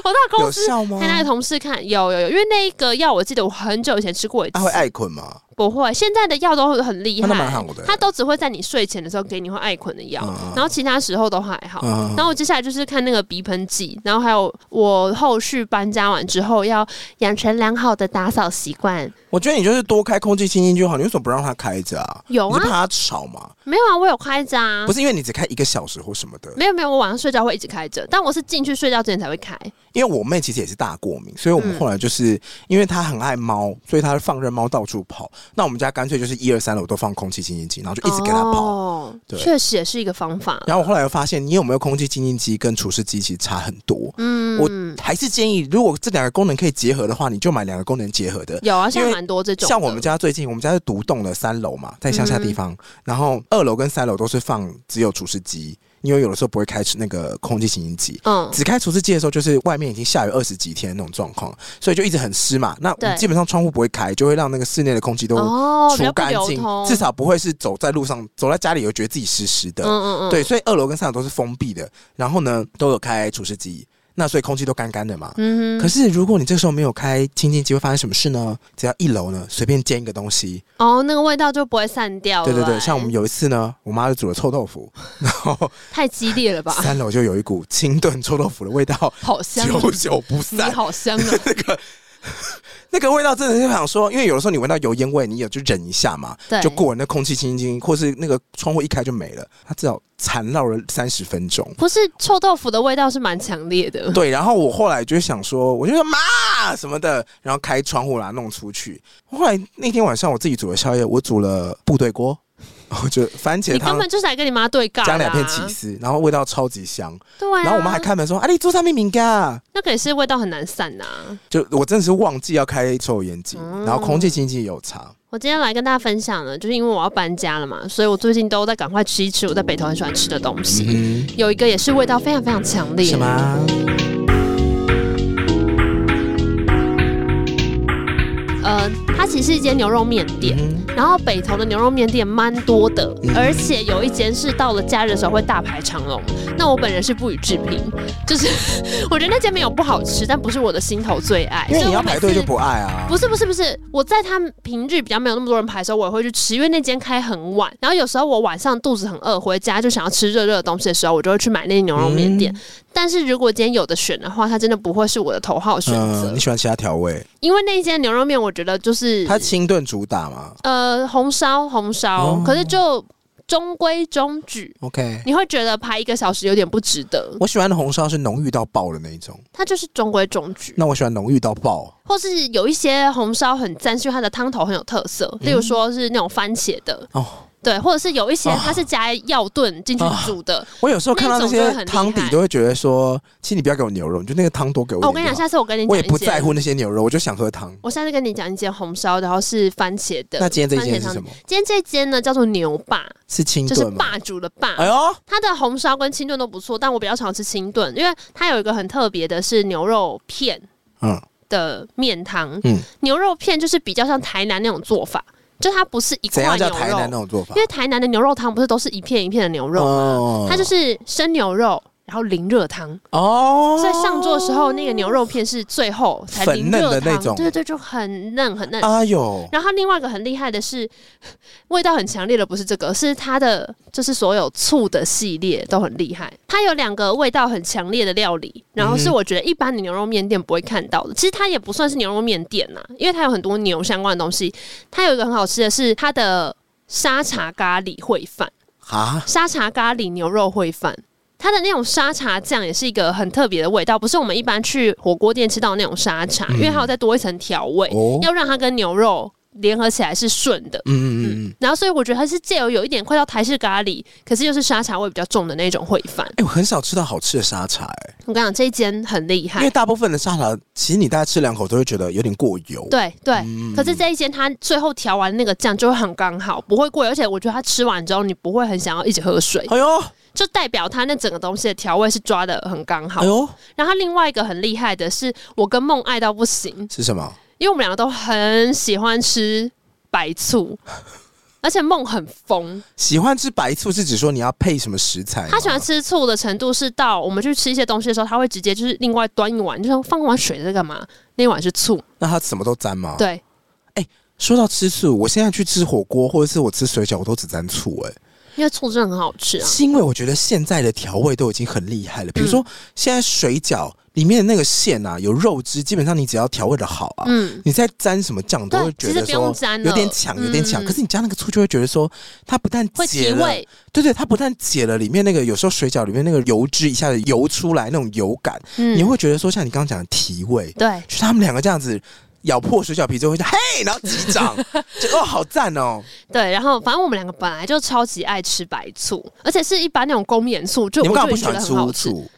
Speaker 2: 我
Speaker 1: 有
Speaker 2: 到公司
Speaker 1: 效吗
Speaker 2: 还？拿给同事看，有有有，因为那一个药我记得我很久以前吃过一次，
Speaker 1: 它啊会爱困吗？
Speaker 2: 不会，现在的药都很厉害，
Speaker 1: 那蛮好的
Speaker 2: 它都只会在你睡前的时候给你会爱困的药，
Speaker 1: 嗯嗯
Speaker 2: 然后其他时候都还好。
Speaker 1: 嗯
Speaker 2: 然后我接下来就是看那个鼻喷剂，然后还有我后续搬家完之后要养成良好的打扫习惯。
Speaker 1: 我觉得你就是多开空气清新就好，你为什么不让它开着啊？
Speaker 2: 有
Speaker 1: 你是怕
Speaker 2: 啊，
Speaker 1: 它吵吗？
Speaker 2: 没有啊，我有开着啊
Speaker 1: 不。是因为你只开一个小时或什么的，
Speaker 2: 没有没有，我晚上睡觉会一直开着，但我是进去睡觉之前才会开。
Speaker 1: 因为我妹其实也是大过敏，所以我
Speaker 2: 嗯
Speaker 1: 们后来就是、因为她很爱猫，所以她放任猫到处跑。那我们家干脆就是一二三楼都放空气清新机，然后就一直给它跑。
Speaker 2: 哦
Speaker 1: 对
Speaker 2: 确实也是一个方法。
Speaker 1: 然后我后来又发现，你有没有空气清新机跟除湿机其实差很多。
Speaker 2: 嗯，
Speaker 1: 我还是建议，如果这两个功能可以结合的话，你就买两个功能结合的。
Speaker 2: 有啊，现
Speaker 1: 因
Speaker 2: 在
Speaker 1: 为
Speaker 2: 蛮多这种的。嗯
Speaker 1: 像我们家最近，我们家是独栋的三楼嘛，在乡下地方，然后二楼跟三楼都是放只有除湿机，因为有的时候不会开那个空气清新机。 *laughs*
Speaker 2: 嗯，
Speaker 1: 只开除湿机的时候，就是外面已经下雨二十几天那种状况，所以就一直很湿嘛。那我们
Speaker 2: 对
Speaker 1: 基本上窗户不会开，就会让那个室内的空气都
Speaker 2: 哦，比
Speaker 1: 除
Speaker 2: 较不
Speaker 1: 干
Speaker 2: 流
Speaker 1: 净，
Speaker 2: 通
Speaker 1: 至少不会是走在路上、走在家里有觉得自己湿湿的。
Speaker 2: 嗯嗯嗯，
Speaker 1: 对，所以二楼跟三楼都是封闭的，然后呢都有开除湿机，那所以空气都干干的嘛。
Speaker 2: 嗯哼，
Speaker 1: 可是如果你这时候没有开清净机，会发生什么事呢？只要一楼呢随便煎一个东西，
Speaker 2: 哦，那个味道就不会散掉了
Speaker 1: 对
Speaker 2: 欸。
Speaker 1: 对对，像我们有一次呢，我妈就煮了臭豆
Speaker 2: *laughs*
Speaker 1: 腐，然后，
Speaker 2: 太激烈了吧
Speaker 1: 三楼就有一股清炖臭豆腐的味道，
Speaker 2: 好香、哦，
Speaker 1: 久久不
Speaker 2: 你
Speaker 1: 散。
Speaker 2: 好
Speaker 1: *laughs*
Speaker 2: 香啊！
Speaker 1: 那个那个味道真的是想说，因为有的时候你闻到油烟味，你也就忍一下嘛，
Speaker 2: 对
Speaker 1: 就过了那空气清新机，或是那个窗户一开就没了，它至少缠绕了三十分钟。
Speaker 2: 不是臭豆腐的味道是蛮强烈
Speaker 1: *laughs*
Speaker 2: 的，
Speaker 1: 对，然后我后来就想说，我就说妈什么的，然后开窗户啦弄出去。后来那天晚上我自己煮了宵夜，我煮了部队锅，然后就番茄
Speaker 2: 你根
Speaker 1: 汤
Speaker 2: 本就是来跟你妈对尬、
Speaker 1: 加两片起，司，然后味道超级香。
Speaker 2: 对、啊。
Speaker 1: 然后我妈还，开门说：“啊，你做啥咪敏感？”
Speaker 2: 那个也是味道很难散呐、啊。
Speaker 1: 啊就我真的是忘记要开抽油烟机，
Speaker 2: 嗯
Speaker 1: 然后空气清新也有差。
Speaker 2: 我今天来跟大家分享呢，就是因为我要搬家了嘛，所以我最近都在赶快吃一吃我在北投很喜欢吃的东西。
Speaker 1: 嗯，
Speaker 2: 有一个也是味道非常非常强烈，
Speaker 1: 什么？
Speaker 2: 呃，它它其实是一间牛肉面店。
Speaker 1: 嗯
Speaker 2: 然后北投的牛肉面店蛮多的
Speaker 1: 嗯，
Speaker 2: 而且有一间是到了假日的时候会大排长龙。那我本人是不予置评，就是 *laughs* 我觉得那间没有不好吃，但不是我的心头最爱。
Speaker 1: 因为你要
Speaker 2: 所以我每
Speaker 1: 排队
Speaker 2: 次
Speaker 1: 就不爱啊。
Speaker 2: 不是不是不是，我在他们平日比较没有那么多人排的时候，我也会去吃，因为那间开很晚。然后有时候我晚上肚子很饿，回家就想要吃热热的东西的时候，我就会去买那间牛肉面
Speaker 1: 嗯
Speaker 2: 店。但是如果今天有的选的话，它真的不会是我的头号选择，
Speaker 1: 嗯，你喜欢其他调味？
Speaker 2: 因为那间牛肉面我觉得就是
Speaker 1: 它清炖主打嘛
Speaker 2: 呃红烧红烧，
Speaker 1: 哦
Speaker 2: 可是就中规中矩。
Speaker 1: ？OK，
Speaker 2: 你会觉得排一个小时有点不值得，
Speaker 1: 我喜欢的红烧是浓郁到爆的那一种，
Speaker 2: 它就是中规中矩。
Speaker 1: 那我喜欢浓郁到爆。
Speaker 2: 或是有一些红烧很赞，是因为它的汤头很有特色，
Speaker 1: 嗯
Speaker 2: 例如说是那种番茄的，
Speaker 1: 哦，
Speaker 2: 对，或者是有一些
Speaker 1: 啊
Speaker 2: 它是加药炖进去煮的。
Speaker 1: 我有时候看到那
Speaker 2: 那一
Speaker 1: 些
Speaker 2: 种就很厉害
Speaker 1: 汤底，都会觉得说，其实你不要给我牛肉，你就那个汤多给我一
Speaker 2: 哦，我
Speaker 1: 点
Speaker 2: 跟你讲，
Speaker 1: 就好
Speaker 2: 下次我跟你讲，
Speaker 1: 我也不在。乎那些牛肉，我就想喝汤。
Speaker 2: 我下次跟你讲一间红烧，然后是番茄的。
Speaker 1: 那今天这一
Speaker 2: 番
Speaker 1: 件
Speaker 2: 茄
Speaker 1: 是
Speaker 2: 汤
Speaker 1: 什么？
Speaker 2: 今天这间呢叫做牛霸，
Speaker 1: 是清
Speaker 2: 就是
Speaker 1: 炖吗？
Speaker 2: 霸主的霸。
Speaker 1: 哎呦，
Speaker 2: 它的红烧跟清炖都不错，但我比较常吃清炖，因为它有一个很特别的是牛肉片
Speaker 1: 嗯，
Speaker 2: 的面汤。
Speaker 1: 嗯
Speaker 2: 牛肉片就是比较像台南那种做法，就它不是一
Speaker 1: 怎
Speaker 2: 块
Speaker 1: 样
Speaker 2: 牛
Speaker 1: 叫
Speaker 2: 肉，
Speaker 1: 台南那种做法
Speaker 2: 因？为台南的牛肉汤不是都是一片一片的牛肉，
Speaker 1: 哦
Speaker 2: 它就是生牛肉，然后淋热汤，
Speaker 1: 哦，
Speaker 2: 所以上桌的时候那个牛肉片是最后才淋
Speaker 1: 粉嫩
Speaker 2: 热
Speaker 1: 的
Speaker 2: 汤，
Speaker 1: 那种
Speaker 2: 对对，就很嫩很嫩。
Speaker 1: 哎呦，
Speaker 2: 然后另外一个很厉害的是， *laughs* 味道很强烈的不是这个，是它的就是所有醋的系列都很厉害。它有两个味道很强烈的料理，然后是
Speaker 1: 嗯
Speaker 2: 我觉得一般的牛肉面店不会看到的。其实它也不算是牛肉面店呐、因为它有很多牛相关的东西。它有一个很好吃的是它的沙茶咖喱烩饭。
Speaker 1: 啊，
Speaker 2: 沙茶咖喱牛肉烩饭。它的那种沙茶酱也是一个很特别的味道，不是我们一般去火锅店吃到的那种沙茶，因为它有再多一层调味，
Speaker 1: 嗯哦
Speaker 2: 要让它跟牛肉联合起来是顺的。
Speaker 1: 嗯嗯嗯嗯，
Speaker 2: 然后，所以我觉得它是借由有一点快到台式咖喱，可是又是沙茶味比较重的那种烩饭。
Speaker 1: 哎，我很少吃到好吃的沙茶，哎，
Speaker 2: 我跟你讲，这一间很厉
Speaker 1: 因为
Speaker 2: 害，
Speaker 1: 大部分的沙茶，其实你大概吃两口都会觉得有点过油。
Speaker 2: 对对。
Speaker 1: 嗯，
Speaker 2: 可是这一间它最后调完那个酱就会很刚好，不会贵，而且我觉得它吃完之后你不会很想要一直喝水，
Speaker 1: 哎呦，
Speaker 2: 就代表它那整个东西的调味是抓的很刚好
Speaker 1: 哎。呦，
Speaker 2: 然后另外一个很厉害的是，我跟梦爱到不行，
Speaker 1: 是什么？
Speaker 2: 因为我们两个都很喜欢吃白醋， *laughs* 而且梦很疯，
Speaker 1: 喜欢吃白醋是指说你要配什么食材吗？
Speaker 2: 他喜欢吃醋的程度是到我们去吃一些东西的时候，他会直接就是另外端一碗，就像放一碗水在干嘛？那一碗是醋，
Speaker 1: 那他什么都沾吗？。
Speaker 2: 对，
Speaker 1: 说到吃醋，我现在去吃火锅或者是我吃水饺，我都只沾醋、欸。
Speaker 2: 因为醋真的很好吃啊。
Speaker 1: 是因为我觉得现在的调味都已经很厉
Speaker 2: 嗯
Speaker 1: 害了。比如说现在水饺里面的那个馅啊，有肉汁，基本上你只要调味的好啊，
Speaker 2: 嗯，
Speaker 1: 你再沾什么酱都会
Speaker 2: 对，
Speaker 1: 觉
Speaker 2: 其实
Speaker 1: 得
Speaker 2: 不用
Speaker 1: 说。
Speaker 2: 沾了，
Speaker 1: 有点抢，有点抢。
Speaker 2: 嗯
Speaker 1: 可是你加那个醋，就会觉得说，它不但
Speaker 2: 会
Speaker 1: 解
Speaker 2: 提
Speaker 1: 了，
Speaker 2: 味，
Speaker 1: 对对，它不但解了里面那个有时候水饺里面那个油脂一下子油出来那种油感，
Speaker 2: 嗯
Speaker 1: 你会觉得说，像你刚刚讲的提味，
Speaker 2: 对。
Speaker 1: 就他们两个这样子咬破水饺皮之后，会说嘿，然后击
Speaker 2: *laughs*
Speaker 1: 掌，就哦，好赞哦，
Speaker 2: 对，然后反正我们两个本来就超级爱吃白醋，而且是一般那种公盐醋，就
Speaker 1: 你
Speaker 2: 我
Speaker 1: 们干
Speaker 2: 就
Speaker 1: 嘛不
Speaker 2: 已
Speaker 1: 喜
Speaker 2: 经觉
Speaker 1: 欢
Speaker 2: 得
Speaker 1: 吃
Speaker 2: 很好
Speaker 1: 乌
Speaker 2: 吃。
Speaker 1: 醋？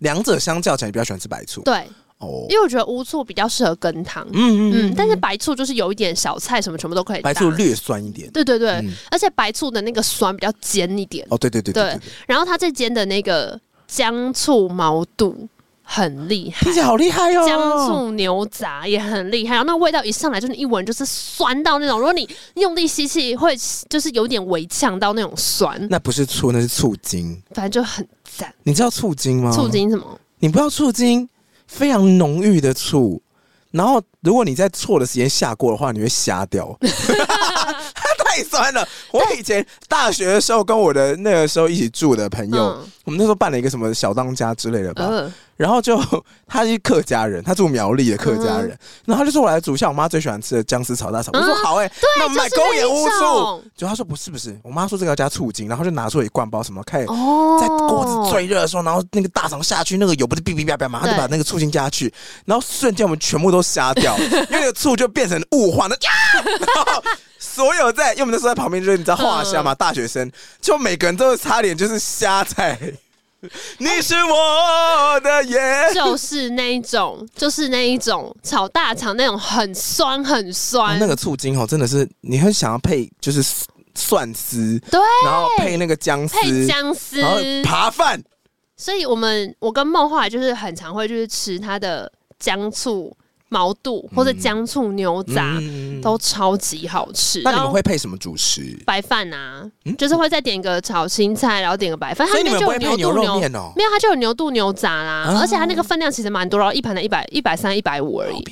Speaker 1: 两者相较起来，你比较喜欢吃白醋
Speaker 2: 对，
Speaker 1: 哦
Speaker 2: 因。为我觉得乌醋比较适合羹汤，
Speaker 1: 嗯
Speaker 2: 嗯，但是白醋就是有一点小菜什么全部都可以搭，
Speaker 1: 白醋略酸一点。
Speaker 2: 对对对，
Speaker 1: 嗯
Speaker 2: 而且白醋的那个酸比较尖一点，
Speaker 1: 哦，对对对对对，对
Speaker 2: 然后它这间的那个姜醋毛肚很厉害
Speaker 1: 听。起来好厉害哦。
Speaker 2: 姜醋牛杂也很厉害，然后那味道一上来就是一闻就是酸到那种，如果你用力吸气会就是有点微呛到那种酸，
Speaker 1: 那不是醋，那是醋精。
Speaker 2: 反正就很赞。
Speaker 1: 你知道醋精吗？
Speaker 2: 醋，精什么？
Speaker 1: 你不要醋精，非常浓郁的醋。然后，如果你在错的时间下过的话，你会瞎掉。
Speaker 2: *laughs*
Speaker 1: 它太酸了。我以前大学的时候，跟我的那个时候一起住的朋友，
Speaker 2: 嗯
Speaker 1: 我们那时候办了一个什么小当家之类的吧，
Speaker 2: 呃，
Speaker 1: 然后就他是客家人，他住苗栗的客家
Speaker 2: 嗯
Speaker 1: 人，然后他就说我来煮一下我妈最喜欢吃的姜丝炒大肠。我说
Speaker 2: 啊
Speaker 1: 好哎、那我们买
Speaker 2: 就是
Speaker 1: 公盐乌
Speaker 2: 那
Speaker 1: 醋。
Speaker 2: 种
Speaker 1: 就他说不是不是，我妈说这个要加醋精，然后就拿出一罐包什么开始
Speaker 2: 哦，
Speaker 1: 在锅子最热的时候，然后那个大肠下去，那个油不是哔哔叭叭嘛，他就
Speaker 2: 对
Speaker 1: 把那个醋精加下去，然后瞬间我们全部都瞎
Speaker 2: *laughs*
Speaker 1: 掉，因为那个醋就变成雾化，那呀，然后所有在，因为我们那时候在旁边就是你知道画虾嘛，
Speaker 2: 嗯
Speaker 1: 大学生就每个人都是差点就是瞎在，你是我的眼，
Speaker 2: 就是那一种，就是那一种炒大肠那种很酸很
Speaker 1: 哦
Speaker 2: 酸，
Speaker 1: 那个醋精哦，真的是你很想要配就是蒜丝，
Speaker 2: 对，
Speaker 1: 然后配那个姜丝，
Speaker 2: 配姜丝
Speaker 1: 然。后扒饭，
Speaker 2: 所以我们我跟梦后来就是很常会就是吃它的姜醋毛肚或者姜醋牛杂、
Speaker 1: 嗯
Speaker 2: 都超级好吃。
Speaker 1: 那你
Speaker 2: 然
Speaker 1: 们
Speaker 2: 后
Speaker 1: 会配什么主食？
Speaker 2: 白饭啊，就是会再点个炒青菜，然后点个白饭，它
Speaker 1: 所以
Speaker 2: 里
Speaker 1: 你们
Speaker 2: 面就
Speaker 1: 不会
Speaker 2: 有
Speaker 1: 配
Speaker 2: 肚
Speaker 1: 牛肉
Speaker 2: 牛。
Speaker 1: 面哦？
Speaker 2: 没有，它就有牛肚牛杂啦，
Speaker 1: 啊
Speaker 2: 而且它那个分量其实蛮多，然后一盘的一百一百三一百五而已，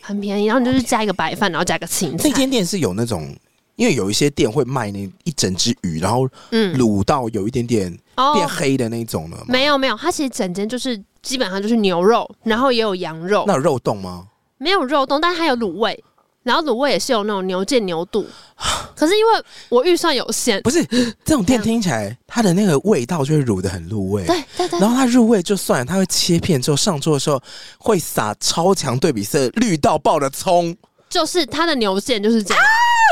Speaker 2: 很便宜。然后你就是加一个白饭，然后加个青菜
Speaker 1: 那，间店是有那种，因为有一些店会卖那一整只鱼，然后
Speaker 2: 嗯，
Speaker 1: 卤到有一点点变
Speaker 2: 哦，
Speaker 1: 黑的那种了吗？
Speaker 2: 没有没有，它其实整间就是基本上就是牛肉，然后也有羊肉
Speaker 1: 那，有肉冻吗？
Speaker 2: 没有肉冻，但是它有卤味，然后卤味也是有那种牛腱牛肚，可是因为我预算有限， *gasps*
Speaker 1: 不是，这种店
Speaker 2: 这样
Speaker 1: 听起来它的那个味道就会卤的很入味。
Speaker 2: 对对对
Speaker 1: 然，后它入味就算了，它会切片之后上桌的时候会撒超强对比色绿到爆的葱，
Speaker 2: 就是它的牛腱就是
Speaker 1: 啊
Speaker 2: 这样。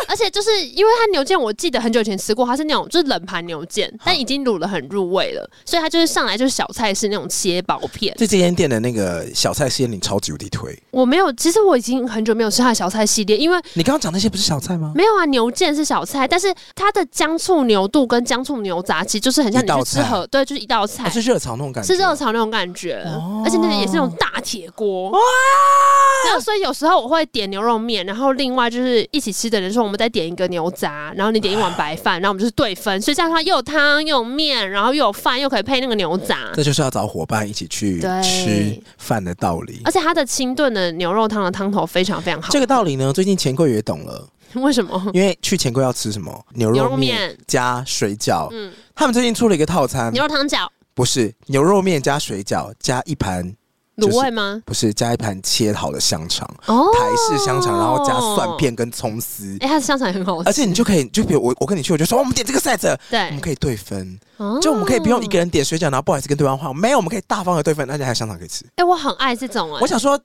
Speaker 2: 而且就是因为它牛腱，我记得很久以前吃过，它是那种就是冷盘牛腱，但已经卤的很入味了，所以它就是上来就是小菜是那种切薄片。
Speaker 1: 就这间店的那个小菜系列你超级无敌推。
Speaker 2: 我没有，其实我已经很久没有吃它的小菜系列，因为
Speaker 1: 你刚刚讲那些不是小菜吗？
Speaker 2: 没有啊，牛腱是小菜，但是它的姜醋牛肚跟姜醋牛杂其实就是很像你
Speaker 1: 一道
Speaker 2: 去
Speaker 1: 菜
Speaker 2: 吃和对，就是一道菜，
Speaker 1: 哦、是热炒那种感觉，
Speaker 2: 是热炒那种感觉，
Speaker 1: 哦
Speaker 2: 而且那个也是那种大铁锅。哇！然后所以有时候我会点牛肉面，然后另外就是一起吃的人说我们再点一个牛杂，然后你点一碗白饭，然后我们就是对分，所以这样的话又有汤又有面，然后又有饭，又可以配那个牛杂。
Speaker 1: 这就是要找伙伴一起去
Speaker 2: 对
Speaker 1: 吃饭的道理
Speaker 2: 而。且它的清炖的牛肉汤的汤头非常非常好
Speaker 1: 这，个道理呢，最近钱柜也懂了，
Speaker 2: 为什么？
Speaker 1: 因为去钱柜要吃什么牛
Speaker 2: 牛
Speaker 1: 肉
Speaker 2: 肉
Speaker 1: 面
Speaker 2: 面
Speaker 1: 加水饺，
Speaker 2: 嗯，
Speaker 1: 他们最近出了一个套餐，
Speaker 2: 牛肉汤饺、
Speaker 1: 不是牛肉面加水饺加一盘，就是
Speaker 2: 卤味吗？
Speaker 1: 不是加一盘切好的香肠，
Speaker 2: 哦，
Speaker 1: 台式香肠，然后加蒜。片跟葱丝，
Speaker 2: 哎、它的香肠也很好吃，
Speaker 1: 而且你就可以，就比如我我跟你去，我就说哦我们点这个 set，我
Speaker 2: 对
Speaker 1: 们，可以对分，
Speaker 2: 哦
Speaker 1: 就我们可以不用一个。人点水饺，然后不好意思跟对方换，没有，我们可以大方的对分，而且还有香肠可以吃。
Speaker 2: 哎、我很爱这种哎、
Speaker 1: 我想啊说，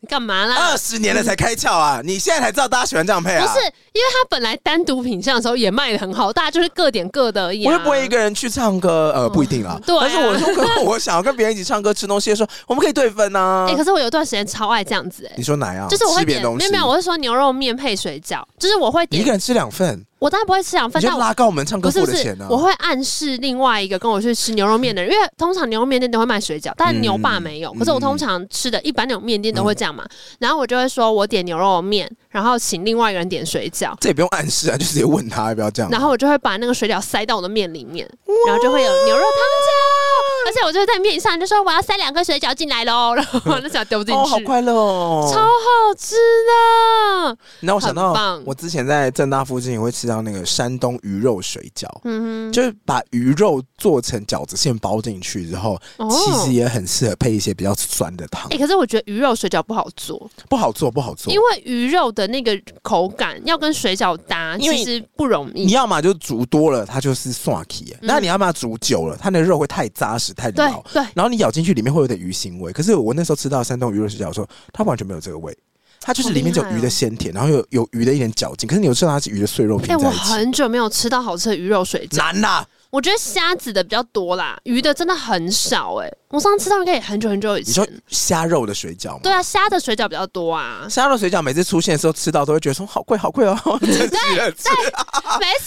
Speaker 2: 你干嘛啦？
Speaker 1: 二十年了才开窍啊，你现在才知道大家喜欢这样配啊？
Speaker 2: 不是，因为它本来单独品相的时候也卖的很好，大家就是各点各的而已、啊。
Speaker 1: 我又不会一个人去唱歌，呃，不一定啦。
Speaker 2: 对啊
Speaker 1: 但是我如果我想要跟别人一起唱歌、吃东西的时候，我们可以对分啊。
Speaker 2: 哎、可是我有一段时间超爱这样子、哎
Speaker 1: 你，说哪样？
Speaker 2: 就是我会
Speaker 1: 吃别
Speaker 2: 点
Speaker 1: 的东
Speaker 2: 没
Speaker 1: 西，
Speaker 2: 有没有，我会说牛肉面配水饺，就是我会
Speaker 1: 你一
Speaker 2: 点
Speaker 1: 个，人吃两份，
Speaker 2: 我当然不会吃两
Speaker 1: 你
Speaker 2: 份，
Speaker 1: 就
Speaker 2: 但我
Speaker 1: 拉高我们唱歌
Speaker 2: 不是
Speaker 1: 付
Speaker 2: 不
Speaker 1: 的
Speaker 2: 是
Speaker 1: 钱呢、，啊
Speaker 2: 我会暗示另外一个跟我去吃牛肉面的人，因为通常牛肉面店都会卖水饺，但牛爸没有。
Speaker 1: 嗯
Speaker 2: 可是我通常吃的一般那种面店都会这样嘛，然后我就会说我点牛肉面，然后请另外一个人点水饺，
Speaker 1: 这也不用暗示啊，就直接问他要不要这样。
Speaker 2: 然后我就会把那个水饺塞到我的面里面，然后就会有牛肉汤饺，而且我就会在面上就说我要塞两颗水饺进来喽， *laughs* 然后把那饺丢进去，
Speaker 1: 哦，好快乐哦！
Speaker 2: 超好吃的，
Speaker 1: 你让我想
Speaker 2: 很
Speaker 1: 到
Speaker 2: 棒，
Speaker 1: 我之前在正大附近也会吃到那个山东鱼肉水饺，
Speaker 2: 嗯
Speaker 1: 就是把鱼肉做成饺子馅包进去之后，
Speaker 2: 哼，
Speaker 1: 其实也很适合配一些比较酸的汤
Speaker 2: 哎、，可是我觉得鱼肉水饺不好做，
Speaker 1: 不好做，不好做
Speaker 2: 因。为鱼肉的那个口感要跟水饺搭，
Speaker 1: 因为
Speaker 2: 其实不容
Speaker 1: 你
Speaker 2: 易。
Speaker 1: 要么就煮多了，它就是蒜皮；那你要么煮久了，它的肉会太扎实、太
Speaker 2: 嗯对
Speaker 1: 老，
Speaker 2: 对，
Speaker 1: 然后你咬进去里面会有点鱼腥味。可是我那时候吃到山东鱼肉水饺的时候，它完全没有这个味，它就是里面只有
Speaker 2: 好厉害
Speaker 1: 鱼
Speaker 2: 哦
Speaker 1: 的鲜甜，然后有有鱼的一点嚼劲。可是你有吃到它是鱼的碎肉
Speaker 2: 哎、
Speaker 1: 片
Speaker 2: 我
Speaker 1: 在一起，
Speaker 2: 很久没有吃到好吃的鱼肉水饺，
Speaker 1: 难呐！
Speaker 2: 我觉得虾子的比较多啦，鱼的真的很少哎、我上次吃到应该也很久很久以
Speaker 1: 你说
Speaker 2: 前。
Speaker 1: 虾肉的水饺吗？
Speaker 2: 对啊，虾的水饺比较多啊，
Speaker 1: 虾肉水饺每次出现的时候吃到都会觉得说好贵好贵
Speaker 2: *laughs*
Speaker 1: 哦，珍惜了吃，
Speaker 2: 每次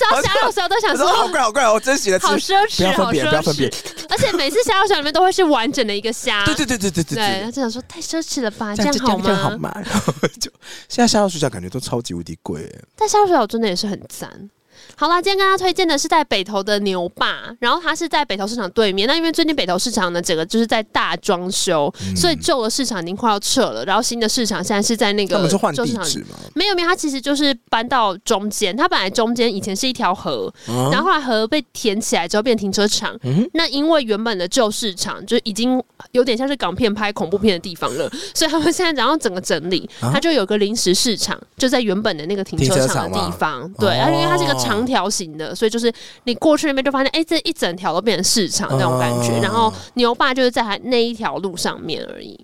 Speaker 2: 吃到虾肉的时候都想
Speaker 1: 我 *laughs* 说
Speaker 2: 说
Speaker 1: 好贵好贵哦，珍惜了吃
Speaker 2: 好。奢
Speaker 1: 不
Speaker 2: 侈
Speaker 1: 要，分
Speaker 2: 好
Speaker 1: 别，
Speaker 2: 奢
Speaker 1: 不要分别 *laughs*
Speaker 2: 侈。，而且每次虾肉小里面都会是完整的一个虾，
Speaker 1: 对对对对对对
Speaker 2: 对，他
Speaker 1: 对，
Speaker 2: 就想说太奢侈了吧，
Speaker 1: 这
Speaker 2: 啊这
Speaker 1: 样
Speaker 2: 样
Speaker 1: 这
Speaker 2: 好
Speaker 1: 样这样好
Speaker 2: 吗？
Speaker 1: 吗？ *laughs* 然后就现在虾肉水饺感觉都超级无敌贵耶，
Speaker 2: 但虾肉水饺真的也是很赞。好啦，今天跟大家推荐的是在北投的牛霸，然后它是在北投市场对面。那因为最近北投市场呢，整个就是在大装修，
Speaker 1: 嗯
Speaker 2: 所以旧的市场已经快要撤了，然后新的市场现在是在那个
Speaker 1: 他们是换
Speaker 2: 旧
Speaker 1: 地
Speaker 2: 市场
Speaker 1: 址吗？
Speaker 2: 没有没有，它其实就是搬到中间。它本来中间以前是一条河，
Speaker 1: 嗯
Speaker 2: 然后后来河被填起来之后变停车场。
Speaker 1: 嗯
Speaker 2: 那因为原本的旧市场就已经有点像是港片拍恐怖片的地方了，所以他们现在然后整个整理，
Speaker 1: 啊
Speaker 2: 它就有个临时市场，就在原本的那个停车场的地方。对，
Speaker 1: 哦
Speaker 2: 然后因为它是一个长条形的，所以就是你过去那边就发现，哎、这一整条都变成市场那种感觉。
Speaker 1: 哦
Speaker 2: 然后牛爸就是在它那一条路上面而已。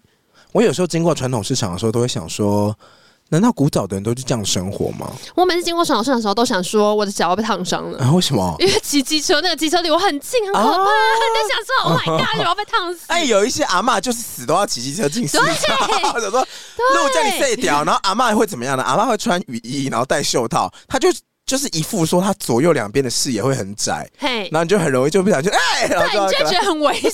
Speaker 1: 我有时候经过传统市场的时候，都会想说，难道古早的人都是这样生活
Speaker 2: *laughs*
Speaker 1: 吗？
Speaker 2: 我每次经过传统市场的时候，都想说我的脚要被烫伤了。
Speaker 1: 然后为什么？
Speaker 2: *laughs* 因为骑机车那个机车离我很近，很可怕，
Speaker 1: 哦
Speaker 2: 就
Speaker 1: *laughs*
Speaker 2: 想说 Oh my god，我要被烫死。
Speaker 1: 哎，有一些阿嬷就是死都要骑机车进市场，
Speaker 2: 对
Speaker 1: *laughs* 我想说路叫你碎掉，然后阿嬷会怎么样呢？阿嬷会穿雨衣，然后戴袖套，她就就是一副说他左右两边的视野会很窄，
Speaker 2: 嘿，
Speaker 1: 然后你就很容易就不小心哎，然后
Speaker 2: 对，
Speaker 1: 就要
Speaker 2: 你就
Speaker 1: 给他
Speaker 2: 觉得很危
Speaker 1: *laughs*
Speaker 2: 险。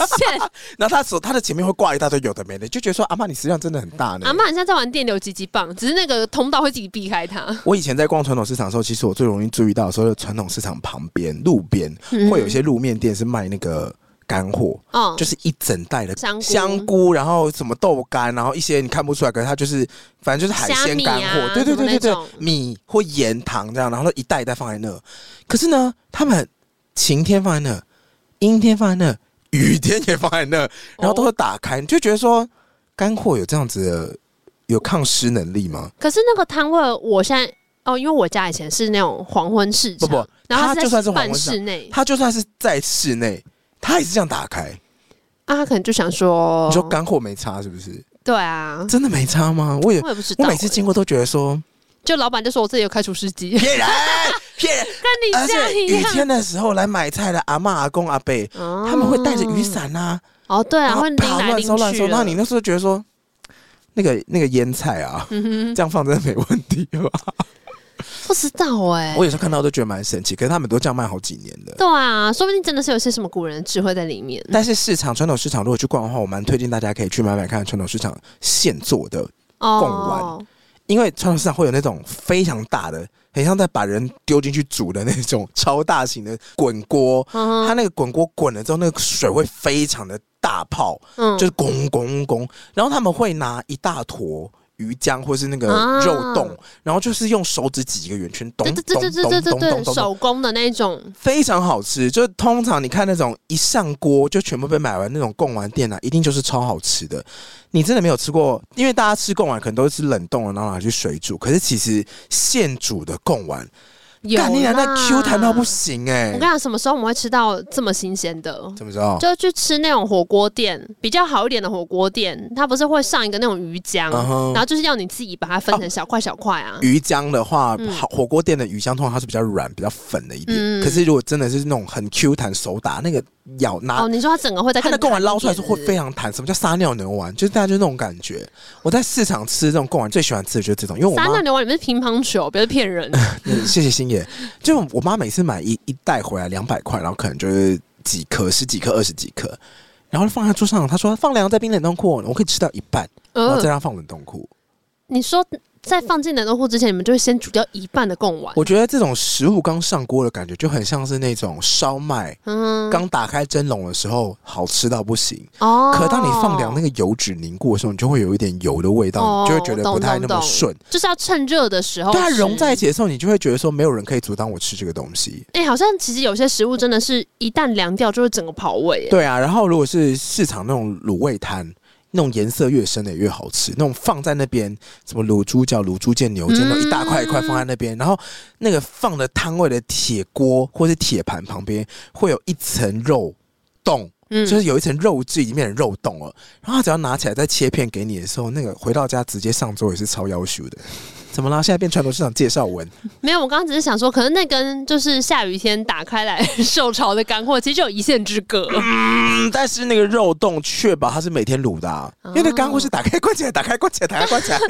Speaker 1: 然后他手他的前面会挂一大堆有的没的，就觉得说阿妈你食量真的很大呢。
Speaker 2: 阿妈很像在玩电流击击棒，只是那个通道会自己避开它。
Speaker 1: 我以前在逛传统市场的时候，其实我最容易注意到的时候，就是传统市场旁边路边
Speaker 2: 嗯
Speaker 1: 会有一些路面店是卖那个干货，
Speaker 2: 哦，
Speaker 1: 就是一整袋的
Speaker 2: 香菇
Speaker 1: 香菇，然后什么豆干，然后一些你看不出来，可是它就是反正就是海鲜干
Speaker 2: 虾米
Speaker 1: 货，
Speaker 2: 啊
Speaker 1: 对对对对
Speaker 2: 什么那
Speaker 1: 对
Speaker 2: 种，
Speaker 1: 米或盐糖这样，然后一袋一袋放在那。可是呢，他们晴天放在那，阴天放在那，雨天也放在那，
Speaker 2: 哦
Speaker 1: 然后都会打开，你就觉得说干货有这样子的有抗湿能力吗？
Speaker 2: 可是那个摊位，我现在哦，因为我家以前是那种黄昏市场，
Speaker 1: 不不
Speaker 2: 然后
Speaker 1: 它
Speaker 2: 它
Speaker 1: 就算是
Speaker 2: 在
Speaker 1: 黄昏
Speaker 2: 半
Speaker 1: 市场
Speaker 2: 室内，
Speaker 1: 它就算是在室内，它也是这样打开。
Speaker 2: 啊，他可能就想说，
Speaker 1: 你说干货没差是不是？
Speaker 2: 对啊，
Speaker 1: 真的没差吗？我也
Speaker 2: 我也不知道、欸
Speaker 1: 我每次经
Speaker 2: 过，
Speaker 1: 过都觉得
Speaker 2: *laughs*
Speaker 1: 说
Speaker 2: 就老板就说我自己有开除
Speaker 1: *laughs*
Speaker 2: 司机，跟
Speaker 1: 骗人骗人，而
Speaker 2: 你家
Speaker 1: 且
Speaker 2: *laughs* 一
Speaker 1: 雨
Speaker 2: 样。
Speaker 1: 天的时候来买菜的阿嬷、阿公、阿伯，
Speaker 2: 他
Speaker 1: 他们会带着雨伞啊，
Speaker 2: 哦，对啊，会拎
Speaker 1: 啪
Speaker 2: 来
Speaker 1: 乱收
Speaker 2: 拎
Speaker 1: 乱
Speaker 2: 去
Speaker 1: 收。
Speaker 2: 的。
Speaker 1: 然后你那时候觉得说，那个那个腌菜啊，
Speaker 2: 嗯哼，
Speaker 1: 这样放真的没问题吧？
Speaker 2: 不知道哎、
Speaker 1: 我有时候看到都觉得蛮神奇，可是他们都这样卖好几年的。
Speaker 2: 对啊，说不定真的是有些什么古人的智慧在里面。
Speaker 1: 但是市场传统市场，如果去逛的话，我蛮推荐大家可以去买买看传统市场现做的，贡
Speaker 2: 哦
Speaker 1: 丸，因为传统市场会有那种非常大的，很像在把人丢进去煮的那种超大型的滚锅，
Speaker 2: 嗯
Speaker 1: 它
Speaker 2: 哼
Speaker 1: 那个滚锅滚了之后，那个水会非常的大泡，
Speaker 2: 嗯，
Speaker 1: 就是拱拱拱，然后他们会拿一大坨。鱼浆或是那个
Speaker 2: 啊
Speaker 1: 肉冻，然后就是用手指挤一个圆圈，咚
Speaker 2: 对
Speaker 1: 咚
Speaker 2: 对
Speaker 1: 咚咚
Speaker 2: 对对对对
Speaker 1: 咚
Speaker 2: 对
Speaker 1: 咚
Speaker 2: 对，
Speaker 1: 咚，
Speaker 2: 手工的那种，
Speaker 1: 非常好吃。就是通常你看那种一上锅就全部被买完那种贡丸店啊，一定就是超好吃的。你真的没有吃过，因为大家吃贡丸可能都是冷冻的，然后拿去水煮。可是其实现煮的贡丸，
Speaker 2: 有
Speaker 1: 干你娘那
Speaker 2: 啦
Speaker 1: Q 弹到不。行哎、
Speaker 2: 我跟你讲，什么时候我们会吃到这么新鲜的？
Speaker 1: 怎么知道？
Speaker 2: 就是去吃那种火锅店，比较好一点的火锅店，它不是会上一个那种鱼浆
Speaker 1: 嗯哼
Speaker 2: 然后就是要你自己把它分成小块小块啊。
Speaker 1: 鱼浆的话，
Speaker 2: 嗯
Speaker 1: 好火锅店的鱼浆通常它是比较软、比较粉的一点。
Speaker 2: 嗯
Speaker 1: 可是如果真的是那种很 Q 弹手打，那个咬拿
Speaker 2: 哦，你说它整个会在
Speaker 1: 啊它的贡丸捞出来是
Speaker 2: 是
Speaker 1: 会非常弹，什么叫撒尿牛丸？就是大家就那种感觉。我在市场吃这种贡丸，最喜欢吃的就是这种，因为我
Speaker 2: 三
Speaker 1: 妈
Speaker 2: 大牛丸里面是乒乓球，不要
Speaker 1: *laughs*
Speaker 2: 骗人。
Speaker 1: 嗯谢谢星爷，就我妈每次买一一袋回来两百块，然后可能就是几颗、十几颗、二十几颗，然后放在桌上，她说放凉在冰冷冻库，我可以吃到一半，然后再
Speaker 2: 呃，
Speaker 1: 让它放冷冻库。
Speaker 2: 嗯你说在放进冷冻库之前，你们就会先煮掉一半的贡丸。
Speaker 1: 我觉得这种食物刚上锅的感觉就很像是那种烧麦。
Speaker 2: 嗯，
Speaker 1: 刚打开蒸笼的时候好吃到不行，
Speaker 2: 哦，
Speaker 1: 可当你放凉那个油脂凝固的时候，你就会有一点油的味道，
Speaker 2: 哦
Speaker 1: 你就会觉得不太那
Speaker 2: 懂
Speaker 1: 么
Speaker 2: 懂
Speaker 1: 顺。
Speaker 2: 就是要趁热的时候吃，
Speaker 1: 对它啊融在一起的时候，你就会觉得说没有人可以阻挡我吃这个东西。
Speaker 2: 哎、好像其实有些食物真的是一旦凉掉就会整个跑味。哎，
Speaker 1: 对啊，然后如果是市场那种卤味摊，那种颜色越深的越好吃，那种放在那边什么卤猪脚、卤猪腱、牛腱，那种一大块一块放在那边，然后那个放的摊位的铁锅或是铁盘旁边会有一层肉冻。
Speaker 2: 嗯
Speaker 1: 就是有一层肉质里面的肉冻了，然后他只要拿起来再切片给你的时候，那个回到家直接上桌也是超要求的。怎么啦？现在变传统市场介绍文，
Speaker 2: 没有，我刚刚只是想说，可能那根就是下雨天打开来受潮的干货，其实就有一线之
Speaker 1: *laughs*
Speaker 2: 隔。
Speaker 1: 嗯，但是那个肉冻确保它是每天卤的、啊，
Speaker 2: 哦
Speaker 1: 因为那干货是打开关起来，打开关起来，打开关起
Speaker 2: *laughs*
Speaker 1: 来。
Speaker 2: 但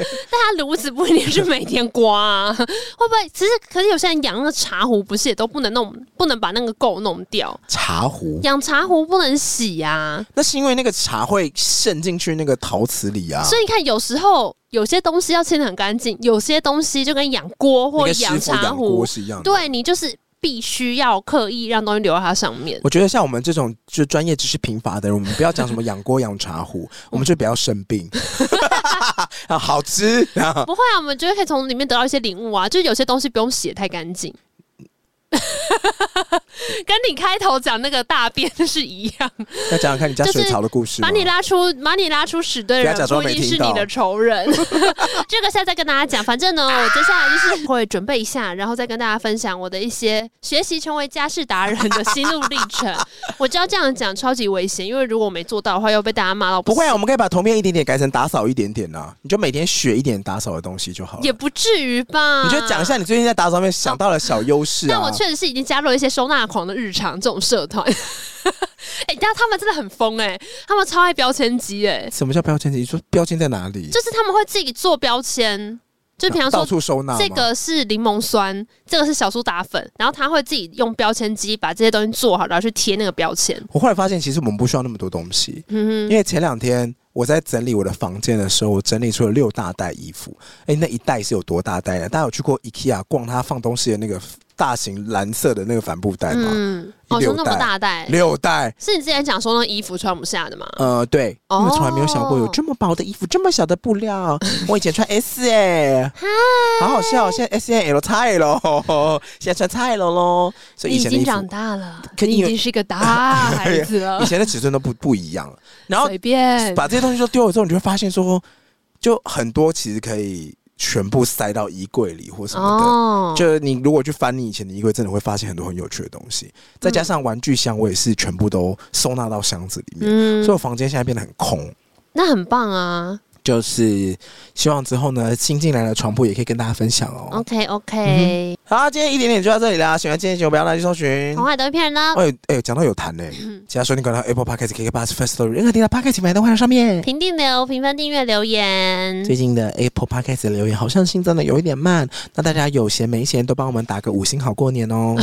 Speaker 2: 它炉子不一定是每天刮、啊，会不会？其实，可是有些人养那个茶壶，不是也都不能弄，不能把那个垢弄掉。
Speaker 1: 茶壶，
Speaker 2: 养茶壶不能洗啊呀、
Speaker 1: 那是因为那个茶会渗进去那个陶瓷里啊。
Speaker 2: 所以你看，有时候有些东西要清的很干净，有些东西就跟养锅
Speaker 1: 那
Speaker 2: 或
Speaker 1: 个师傅
Speaker 2: 茶
Speaker 1: 养
Speaker 2: 壶
Speaker 1: 锅，是一样的。，
Speaker 2: 对你就是必须要刻意让东西留在它上面。
Speaker 1: 我觉得像我们这种就专业知识贫乏的人，我们不要讲什么养锅养茶
Speaker 2: *laughs*
Speaker 1: 壶，我们就不要生病。 *laughs* 啊，好吃啊！
Speaker 2: 不会啊，我们觉得可以从里面得到一些领悟啊，就是有些东西不用洗得太干净。 *laughs* 跟你开头讲那个大便是一样，
Speaker 1: 要讲讲看你家水槽的故事吗
Speaker 2: 把？你拉出把你拉出屎堆的
Speaker 1: 不要假
Speaker 2: 人
Speaker 1: 装
Speaker 2: 不
Speaker 1: 没
Speaker 2: 一定是
Speaker 1: 听到
Speaker 2: 你的仇人。 *laughs* 这个下次再跟大家讲。反正呢，我接下来就是会准备一下，然后再跟大家分享我的一些学习成为家事达人的心路历程。 *laughs* 我知道这样讲超级危险，因为如果我没做到的话，又被大家骂到
Speaker 1: 不
Speaker 2: 行
Speaker 1: 会啊，我们可以把同片一点点改成打扫一点点啊，你就每天学一点打扫的东西就好了
Speaker 2: 也。不至于吧？
Speaker 1: 你就讲一啊下你最近在打扫上面想到了小优势
Speaker 2: 但
Speaker 1: 啊
Speaker 2: 我。确实是已经加入了一些收纳狂的日常这种社团。 *laughs* 哎、但他们真的很疯哎、他们超爱标签机哎，
Speaker 1: 什么叫标签？你说标签在哪里？
Speaker 2: 就是他们会自己做标签，就平常
Speaker 1: 到
Speaker 2: 说
Speaker 1: 处收纳吗，
Speaker 2: 这个是柠檬酸，这个是小苏打粉，然后他会自己用标签机把这些东西做好，然后去贴那个标签。
Speaker 1: 我后来发现，其实我们不需要那么多东西，
Speaker 2: 嗯
Speaker 1: 因为前两天我在整理我的房间的时候，我整理出了六大袋衣服。哎、那一袋是有多大袋呢？啊大家有去过 IKEA 逛它放东西的那个大型蓝色的那个帆布袋吗？
Speaker 2: 嗯，哦，
Speaker 1: 六
Speaker 2: 说那么
Speaker 1: 袋
Speaker 2: 大袋，
Speaker 1: 六袋。
Speaker 2: 是你之前讲说那衣服穿不下的吗？
Speaker 1: 呃，对，因
Speaker 2: 哦
Speaker 1: 为我从来没有想过有这么薄的衣服，这么小的布
Speaker 2: *laughs*
Speaker 1: 料。我以前穿 S 哎、好好笑，现在 S N L 菜喽， *laughs* 现在穿 XL 喽。呃所以
Speaker 2: 你
Speaker 1: 以
Speaker 2: 已
Speaker 1: 前的
Speaker 2: 经
Speaker 1: 衣
Speaker 2: 长
Speaker 1: 服，
Speaker 2: 大了，
Speaker 1: 可
Speaker 2: 你
Speaker 1: 因
Speaker 2: 已
Speaker 1: 为
Speaker 2: 经是一个大孩子了
Speaker 1: *laughs* 以，前的尺寸都不不一样了。然后
Speaker 2: 随便。
Speaker 1: 把这些东西都丢了之后，你就会发现说，就很多其实可以全部塞到衣柜里或什么的。
Speaker 2: 哦，
Speaker 1: 就你如果去翻你以前的衣柜，真的会发现很多很有趣的东西。再加上玩具箱，我也是全部都收纳到箱子里面，
Speaker 2: 嗯
Speaker 1: 所以我房间现在变得很空。
Speaker 2: 那很棒啊。
Speaker 1: 就是希望之后呢，新进来的床铺也可以跟大家分享哦。
Speaker 2: OK OK，
Speaker 1: 好，今天一点点就到这里啦。喜欢今天的节目，不要忘记搜寻
Speaker 2: 红。海都一片人哦啦，
Speaker 1: 哎哎，讲到有谈呢、其他收听管道 Apple Podcast、KK Bus、First Story 任何地方 Podcast 平台都会在上面。
Speaker 2: 评定留、评分、订阅、留言，
Speaker 1: 最近的 Apple Podcast 的留言好像新增的有一点慢，那大家有闲没闲都帮我们打个五星好过年哦。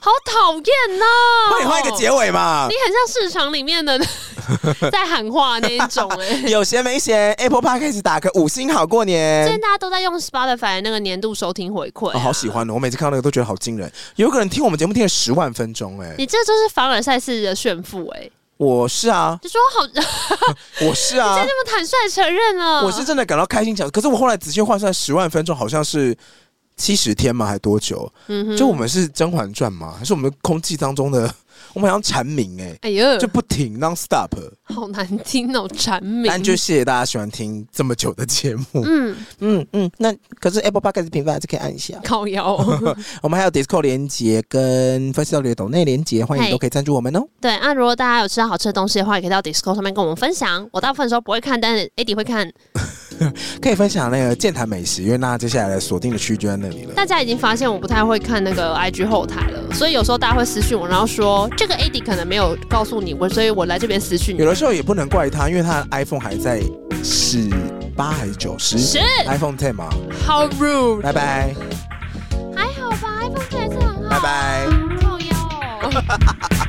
Speaker 2: 好讨厌呐！
Speaker 1: 帮你换一个结尾嘛
Speaker 2: 你。很像市场里面的 *laughs* 在喊话那一种
Speaker 1: *laughs*
Speaker 2: 哎、
Speaker 1: 有闲没闲，Apple Podcast 打个五星好过
Speaker 2: 最近
Speaker 1: 年。
Speaker 2: 大家都在用 Spotify 那个年度收听回馈、啊
Speaker 1: 哦、好喜！欢哦！我每次看到那个都觉得好惊人。有个人听我们节目听了十万分钟、哎，
Speaker 2: 你这就是凡尔赛式的炫富哎、
Speaker 1: 我是啊，
Speaker 2: 就说好， *laughs* 就
Speaker 1: 我是啊，
Speaker 2: 这么坦率承认了，
Speaker 1: 我是真的感到开心讲。可是我后来仔细换算，十万分钟好像是七十天吗？还多久？
Speaker 2: 嗯哼
Speaker 1: 就我们是《甄嬛传》吗？还是我们空气当中的？ *laughs* 我们好像蝉鸣哎、
Speaker 2: 哎呦，
Speaker 1: 就不停 non stop。
Speaker 2: 好难听哦，蝉鸣。
Speaker 1: 但就谢谢大家喜欢听这么久的节目。
Speaker 2: 嗯，
Speaker 1: 嗯嗯，那可是 Apple Podcast 评分还是可以按一下。
Speaker 2: 靠腰。哦
Speaker 1: 我们还有 Discord 连接跟 First Story 的抖内连接，欢迎
Speaker 2: 嘿
Speaker 1: 你都可以赞助我们哦。
Speaker 2: 对，那、如果大家有吃到好吃的东西的话，也可以到 Discord 上面跟我们分享。我大部分时候不会看，但是 AD 会看。
Speaker 1: 可以分享那个健谈美食，因为那接下来锁定的区就在那里了。
Speaker 2: 大家已经发现我不太会看那个 IG 后台了，所以有时候大家会私讯我，然后说这个 AD 可能没有告诉你，我所以我来这边私讯你
Speaker 1: 有。的时候也不能怪他，因为他的 iPhone 还在十八还是九十
Speaker 2: 是
Speaker 1: ，iPhone Ten 嘛。
Speaker 2: How rude！
Speaker 1: 拜拜，
Speaker 2: 还好吧，iPhone 还是很好。
Speaker 1: 拜拜。
Speaker 2: 靠腰哦。